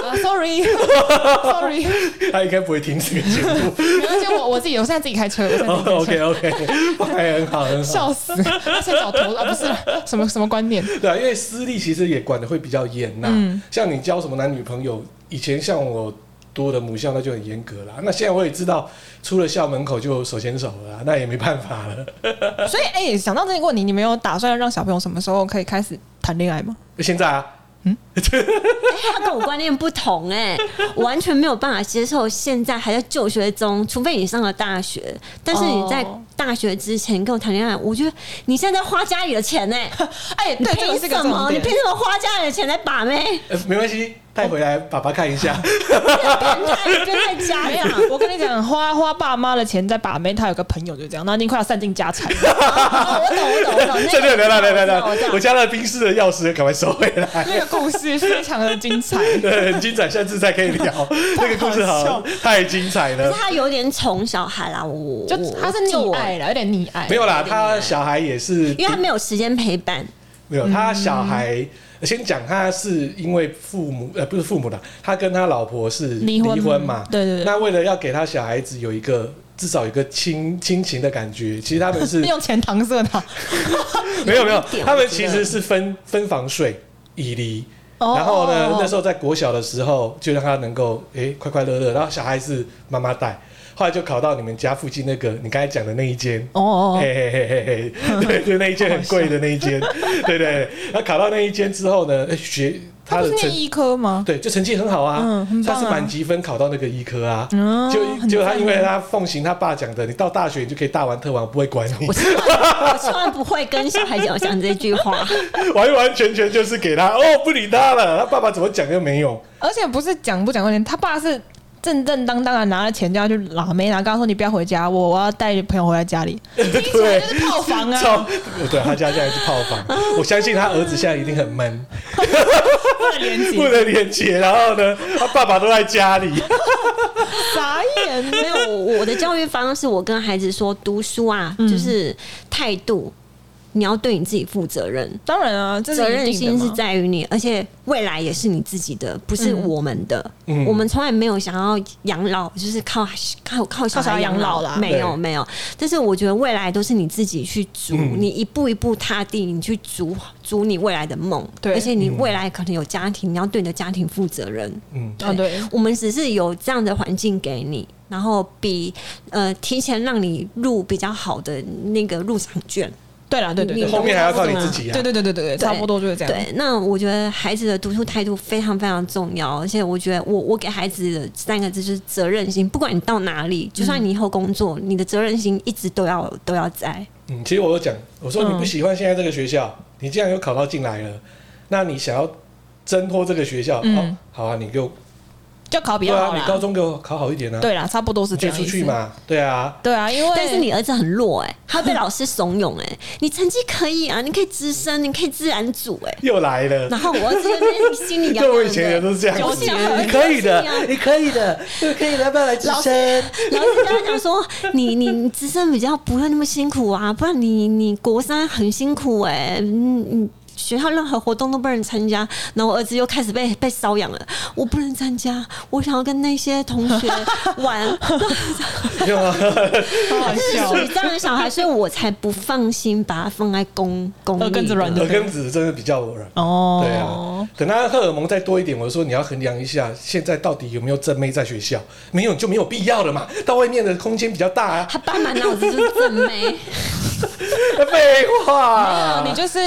S2: 啊，sorry，sorry，
S1: 他应该不会听这个节目。
S2: 而且我我自己，我现在自己开车，我现在自己开车。
S1: 哦 OK OK，还 很好，很好。
S2: 笑死！先找头啊，不是啦什么什么观念？
S1: 对啊，因为私立其实也管的会比较严呐、
S2: 嗯
S1: 像你交什么男女朋友，以前像我多的母校那就很严格啦。那现在我也知道，出了校门口就手牵手了啦，啊那也没办法了。
S2: 所以，哎、想到这个问题，你们有打算让小朋友什么时候可以开始谈恋爱吗？
S1: 现在啊，
S3: 他跟我观念不同哎、我完全没有办法接受现在还在就学中，除非你上了大学，但是你在
S2: 哦
S3: 大学之前跟我谈恋爱，我觉得你现在在花家里的钱哎、
S2: 哎、
S3: 你
S2: 对，这个
S3: 凭
S2: 是个
S3: 什
S2: 重
S3: 么？你
S2: 点
S3: 凭。什么花家里的钱来把妹？
S1: 呃，没关系，带回来爸爸看一下。
S3: 哦变态，变态家
S2: 没
S3: 长。
S2: 有，哎我跟你讲，花花爸妈的钱在把妹，他有个朋友就这样，那已经快要散尽家产了。
S3: 哦我懂，我懂，我懂。
S1: 这
S3: 那
S1: 就
S3: 个
S1: 来
S3: 哦
S1: 来来来来
S3: 我知道我知道
S1: 我家那冰室的钥匙赶快收回来。
S2: 那个故事，事非常的精 彩。
S1: 对，很精彩，下次再可以聊那个故事好，
S2: 笑
S1: 太精彩
S3: 可
S1: 了
S3: 是。他有点宠小孩啦，我
S2: 就
S3: 我
S2: 他是
S3: 就
S2: 溺
S3: 我哎
S2: 爱了，有点溺爱。
S1: 没有啦，他小孩也是，
S3: 因为他没有时间陪伴，
S1: 没有他小
S2: 嗯
S1: 孩。先讲他是因为父母呃不是父母啦，他跟他老婆是
S2: 离婚
S1: 嘛，
S2: 对对对
S1: 那为了要给他小孩子有一个至少有一个亲亲情的感觉，其实他 们是
S2: 用钱搪塞他。
S1: 没 有没有
S3: 一，点
S1: 他们
S3: 我觉
S1: 其
S3: 得
S1: 实是分分房睡以离。
S2: 哦
S1: 然后呢，那时
S2: 候
S1: 候在国小的时候，就让他能够诶快快乐乐，然后小孩是妈妈带，后来就考到你们家附近那个你刚才讲的那一间。
S2: 哦哦哦
S1: 嘿嘿嘿嘿 嘿，对，就那一间很贵的那一间，对对对。然后考到那一间之后呢，诶学
S2: 他
S1: 他
S2: 不
S1: 的
S2: 是
S1: 成
S2: 念医科吗？
S1: 对，就成绩很好啊，
S2: 嗯很棒
S1: 他
S2: 啊
S1: 是满积分考到那个医科啊，
S2: 嗯
S1: 就
S2: 很
S1: 就他
S2: 赞
S1: 因为
S2: 啊
S1: 他奉行他爸讲的，你到大学你就可以大玩特玩，不会管你。
S3: 我千万不会跟小孩讲讲这句话。
S1: 完完全全就是给他哦，不理他了。他爸爸怎么讲又没用，
S2: 而且不是讲不讲问题，他爸是正正当当的拿了钱就要去拉妹拿，跟他说你不要回家，我我要带朋友回来 家里，听起来就是炮房啊，
S1: 操！对他家现在是炮 房，我相信他儿子现在一定很闷，
S2: 不能连
S1: 不
S2: 接，
S1: 能连接。然后呢，他爸爸都在家里，
S2: 傻眼。
S3: 没有，我我的教育方式，我跟孩子说，读书啊，
S2: 嗯
S3: 就是态度，你要对你自己负责任。
S2: 当然啊，这是
S3: 责任
S2: 一定
S3: 心
S2: 的
S3: 是
S2: 嘛
S3: 在于你，而且未来也是你自己的，不是我们的。
S1: 嗯
S3: 我们从来没有想要养老，就是靠靠靠小
S2: 靠小孩
S3: 孩
S2: 养
S3: 养
S2: 老
S3: 老
S2: 啦
S3: 啦，没有
S1: 对
S3: 没有。但是我觉得未来都是你自己去逐，
S1: 嗯
S3: 你一步一步踏地，你去逐逐你未来的梦。
S2: 对
S3: 而且你未来可能有家庭，你要对你的家庭负责任。
S1: 嗯，
S2: 啊，对，
S3: 我们只是有这样的环境给你，然后比呃提前让你入比较好的那个入场券。
S2: 对啦，对对
S3: 你
S2: 对，
S1: 后面还要靠你自己啊
S2: 对。对对对对对，差不多就是这样。
S3: 对，那我觉得孩子的读书态度非常非常重要，而且我觉得我我给孩子的三个字就是责任心，不管你到哪里，就算你以后工作，你的责任心一直都要都要在。
S1: 嗯，其实我有讲，我说你
S2: 嗯
S1: 不喜欢现在这个学校，你既然有考到进来了，那你想要挣脱这个学校，
S2: 嗯
S1: 哦，好啊，你给我，
S2: 就考比
S1: 对
S2: 较
S1: 啊，
S2: 好
S1: 你高
S2: 啦。
S1: 中给我考好一点啊，
S2: 对啦，差不多是
S1: 你
S2: 这
S1: 就
S2: 样。
S1: 出去。嘛，对啊，
S2: 对啊，因为
S3: 但是 你儿子很弱哎、他被老师怂恿哎、你成绩可以啊，你可以直升，你可以自然组哎、
S1: 又来了
S3: 然。后我儿子就在那里心里痒
S1: 对，
S3: 痒
S1: 我
S3: 的。
S1: 以前也都是这样
S3: 纠
S1: 子
S3: 结，
S1: 你可以的
S3: 纠结啊，
S1: 你可以的，
S2: 啊
S1: 你可以的，不要来自身。
S3: 然后就跟他讲说，你你你资深比较不会那么辛苦啊，不然你你国三很辛苦哎、嗯嗯。学校任何活动都不能参加，然后我儿子又开始被被瘙痒了。我不能参加，我想要跟那些同学玩，
S1: 用啊，
S2: 好好
S3: 这是
S2: 笑
S3: 属，于这样的小孩，所以我才不放心把他放在公公
S2: 耳根
S3: 立
S2: 子软
S3: 的。
S1: 耳根子真的比较软。
S2: 哦，
S1: 对啊，等他荷尔蒙再多一点，我说你要衡量一下，现在到底有没有正妹在学校？没有就没有必要了嘛，到外面的空间比较大 啊。
S3: 他爸满脑子就是正妹，
S1: 废
S2: 没
S1: 话，
S2: 啊有，你就是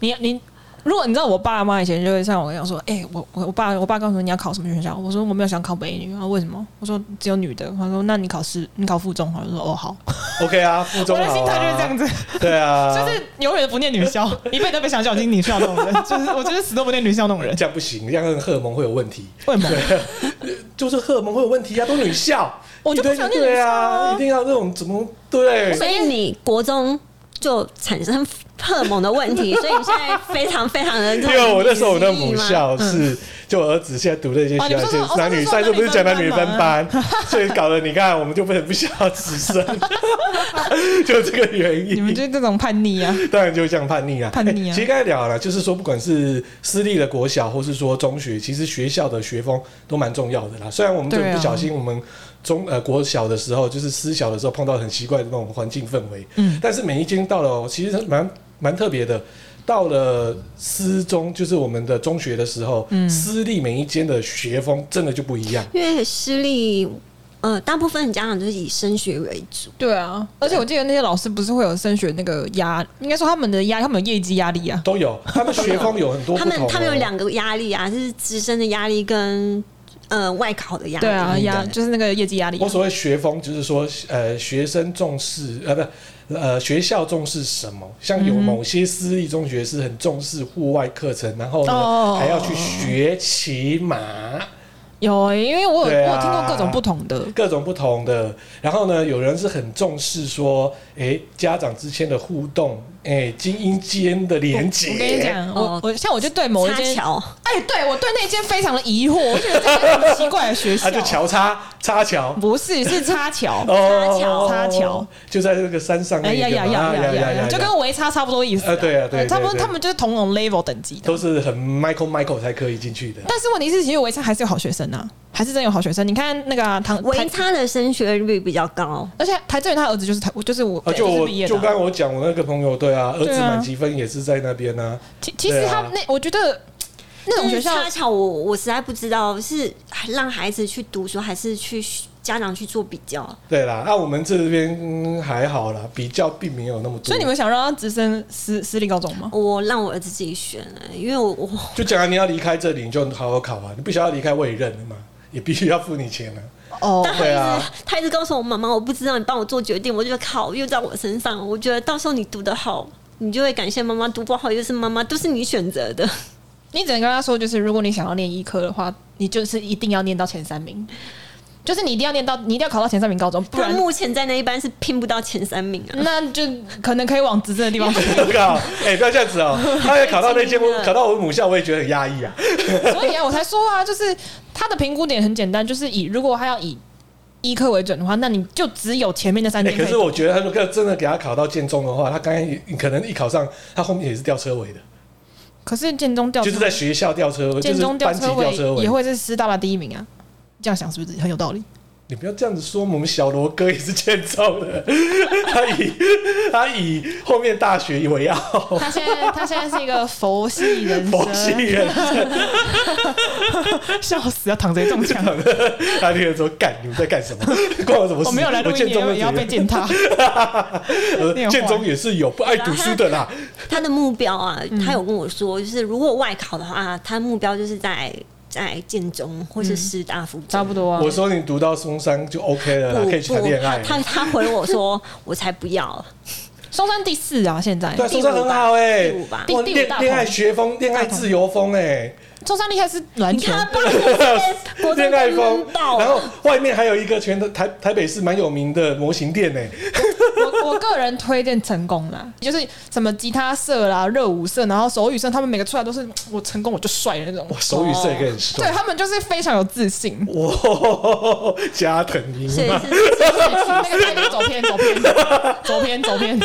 S2: 你你。如果你知道我爸妈以前就会像我一样说，哎、我我我爸我爸告诉我你要考什么学校，我说我没有想考北女，他说为什么？我说只有女的，他说那你考试你考附中好了，我说哦好，
S1: OK 啊，附
S2: 我
S1: 中
S2: 的
S1: 好
S2: 心态就是这样
S1: 啊，
S2: 子，
S1: 对啊，
S2: 就是永远不念女校，一辈子都被小小精女校那种 人，就是我就是死都不念女校那种人，
S1: 这样不行，这样荷尔蒙会有问题，
S2: 为什么？
S1: 就是荷尔蒙会有问题啊，都女校，
S2: 我就不
S1: 一堆
S2: 想念
S1: 对
S2: 女校啊
S1: 啊，一定要那种怎么对
S3: 所以你国中就产生荷尔蒙的问题，所以你现在非常非常的。因
S1: 因为我那时候我的母校是，就我儿子现在读的一些
S2: 嗯哦
S1: 学
S2: 你不
S1: 校
S2: 是说
S1: 是男女
S2: 哦
S1: 赛，
S2: 是说
S1: 这不是讲男女分
S2: 男
S1: 班， 所以搞得你看我们就不能不想要直升， 就这个原
S2: 你们
S1: 因。
S2: 就是这种叛逆啊！
S1: 当然就这样叛逆啊！
S2: 叛逆啊
S1: 哎其实刚才聊了，就是说，不管是私立的国小，或是说中学，其实学校的学风都蛮重要的啦。虽然我们就
S2: 对啊
S1: 不小心，我们中呃国小的时候，就是私小的时候碰到很奇怪的那种环境氛围，
S2: 嗯，
S1: 但是每一间到了，其实蛮蛮特别的。到了私中，就是我们的中学的时候，
S2: 嗯
S1: 私立每一间的学风真的就不一样。
S3: 因为私立，呃，大部分的家长就是以升学为主，
S2: 对啊，而且我记得那些老师不是会有升学那个压，应该说他们的压，他们有业绩压力啊。
S1: 都有，他们学风有很多不
S3: 他
S1: 同、
S3: 们
S1: 哦。
S3: 他们有两个压力啊，就是直升的压力跟呃外考的压力。
S2: 对啊，
S1: 对
S2: 压就是那个业绩压力啊
S1: 我。所谓学风，就是说，呃，学生重视，呃，不，呃，学校重视什么？像
S2: 嗯
S1: 有某些私立中学是很重视户外课程，然后呢，
S2: 哦
S1: 还要去学骑马，
S2: 有、欸，因为我有、
S1: 对啊
S2: 我有听过各种不同的，
S1: 各种不同的。然后呢，有人是很重视说，诶、家长之间的互动哎精英间的连接。
S2: 我跟你讲，我
S3: 哦
S2: 我像我就对某一
S3: 插
S2: 间，
S3: 桥，
S2: 哎，对我对那间非常的疑惑，我觉得这是很奇怪的学
S1: 啊，
S2: 校，
S1: 就桥插插桥，
S2: 不是是插桥，
S1: 哦，
S2: 嗯插桥，
S1: 就在那个山上那
S2: 哎
S1: 个嘛，
S2: 呀呀呀
S1: 啊
S2: 呀呀呀，就跟维差差不多意思
S1: 啊对啊对对
S2: 差不多，
S1: 对
S2: 他们就是同种 level 等级的
S1: 都。是很 Michael Michael 才可以进去的。
S2: 但是问题是，其实维差还是有好学生啊，还是真有好学生。你看那个啊唐
S3: 维
S2: 台
S3: 他的升学率比较高，
S2: 而且台政元他儿子就是台，就是我，
S1: 啊，就我
S2: 是毕业的
S1: 就
S2: 啊、
S1: 刚刚我讲我那个朋友，对啊，儿子
S2: 对啊
S1: 满积分也是在那边啊呢。
S2: 其其实他们那，我觉得那种
S3: 但
S2: 学
S3: 是
S2: 校
S3: 插桥我我实在不知道是哎让孩子去读书，还是去家长去做比较。
S1: 对啦，啊那我们这边嗯还好啦，比较并没有那么多。
S2: 所以你们想让他直升私私立高中吗？
S3: 我让我儿子自己选、欸，因为我我
S1: 就讲啊，你要离开这里，你就好好考啊，你不想要离开我也认了嘛，也必须要付你钱啊。
S2: 哦，
S1: 对啊，
S3: 他一直告诉我妈妈，我不知道你帮我做决定，我就觉得考又在我身上，我觉得到时候你读得好，你就会感谢妈妈；读不好又是妈妈，都是你选择 的。
S2: 你只能跟他说，就是如果你想要念医科的话，你就是一定要念到前三名，就是你一定要念到，你一定要考到前三名高中，不
S3: 他
S2: 然
S3: 目前在那一班是拼不到前三名啊。
S2: 那就可能可以往执政的 地方去。
S1: 我靠，哎，不要这样子 哦、他也考到那间
S3: 太惊人，了
S1: 考到我母校，我也觉得很压抑啊。
S2: 所以啊，我才说啊，就是他的评估点很简单，就是以如果他要以医科为准的话，那你就只有前面那三
S1: 哎、
S2: 间
S1: 可
S2: 可以
S1: 是我觉得他如果真的给他考到建中的话，他刚才可能一考上，他后面也是吊车尾的，
S2: 可是建中掉
S1: 就
S2: 出
S1: 是在学校吊车尾，就
S2: 建
S1: 是
S2: 中吊
S1: 班级
S2: 车
S1: 吊车
S2: 尾
S1: 尾
S2: 也。会是师大吧第一名啊。这样想是不是很有道理？
S1: 你不要这样子说，我们小罗哥也是建中的， 他以他以后面大学为傲，
S2: 他现在他现在是一个佛系人
S1: 哦 佛系
S2: 生，
S1: 人
S2: 笑死，要躺着也中枪。
S1: 他听人说干，你们在干什么？ 关我什么事？
S2: 我没有来录音，
S1: 建
S2: 也
S1: 中
S2: 要
S1: 的
S2: 也要被践踏。 念坏
S1: 建中也是有不爱读书的啦。
S3: 他的目标啊，他有跟我说，就是如果外考的话，他目标就是在在建中或是师大附 中。
S2: 差不多 啊
S1: 我，说你读到松山就 OK 了啦，
S3: 不
S1: 可以去谈恋爱
S3: 不，。他他回我说，我才不 要。
S2: 松山第四啊，现在
S1: 对啊，松山很好哎、
S3: 第五吧
S1: 哇
S2: 第五
S1: 恋
S2: 大同
S1: 恋爱学风，恋爱自由风哎、
S2: 松山厉害是篮
S3: 你
S2: 球
S3: 看，他爸是国中
S1: 恋爱风
S3: 闷，爆
S1: 然后外面还有一个全台台北市蛮有名的模型店呢、欸
S2: 我 我个人推荐成功啦，就是什么吉他社啦、热舞社，然后手语社，他们每个出来都是嗯我成功我就帅的那种
S1: 哇，。手语社也可以很
S2: 对
S1: 帅，
S2: 他们就是非常有自信，
S1: 哇，加藤鹰
S3: 所以
S1: 嘛
S3: 是
S2: 那个台走偏走偏走偏走偏，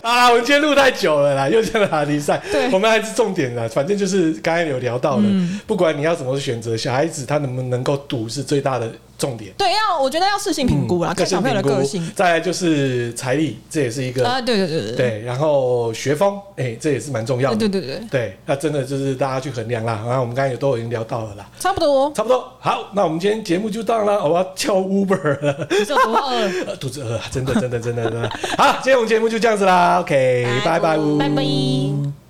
S1: 啊，我们今天录太久了啦，又在哪里赛
S2: 对？嗯
S1: 我们还是重点啦，反正就是刚才有聊到了，不管你要怎么选择，小孩子他能不能够读是最大的重点。
S2: 对，要我觉得要适性评估啦，看小朋友的嗯个性
S1: 再来就是财力，这也是一个、
S2: 啊，对对对对
S1: 对，然后学风，哎、这也是蛮重要的。
S2: 对对对对，
S1: 对，那真的就是大家去衡量啦。然后我们刚才也都已经聊到了啦，
S2: 差不多，哦
S1: 差不多。好，那我们今天节目就到了，我要叫 Uber 了，
S2: 你是有多饿？
S1: 呃肚子饿，真的真的真的真的。好，今天我们节目就这样子啦，OK，拜拜，
S3: 拜
S2: 拜拜。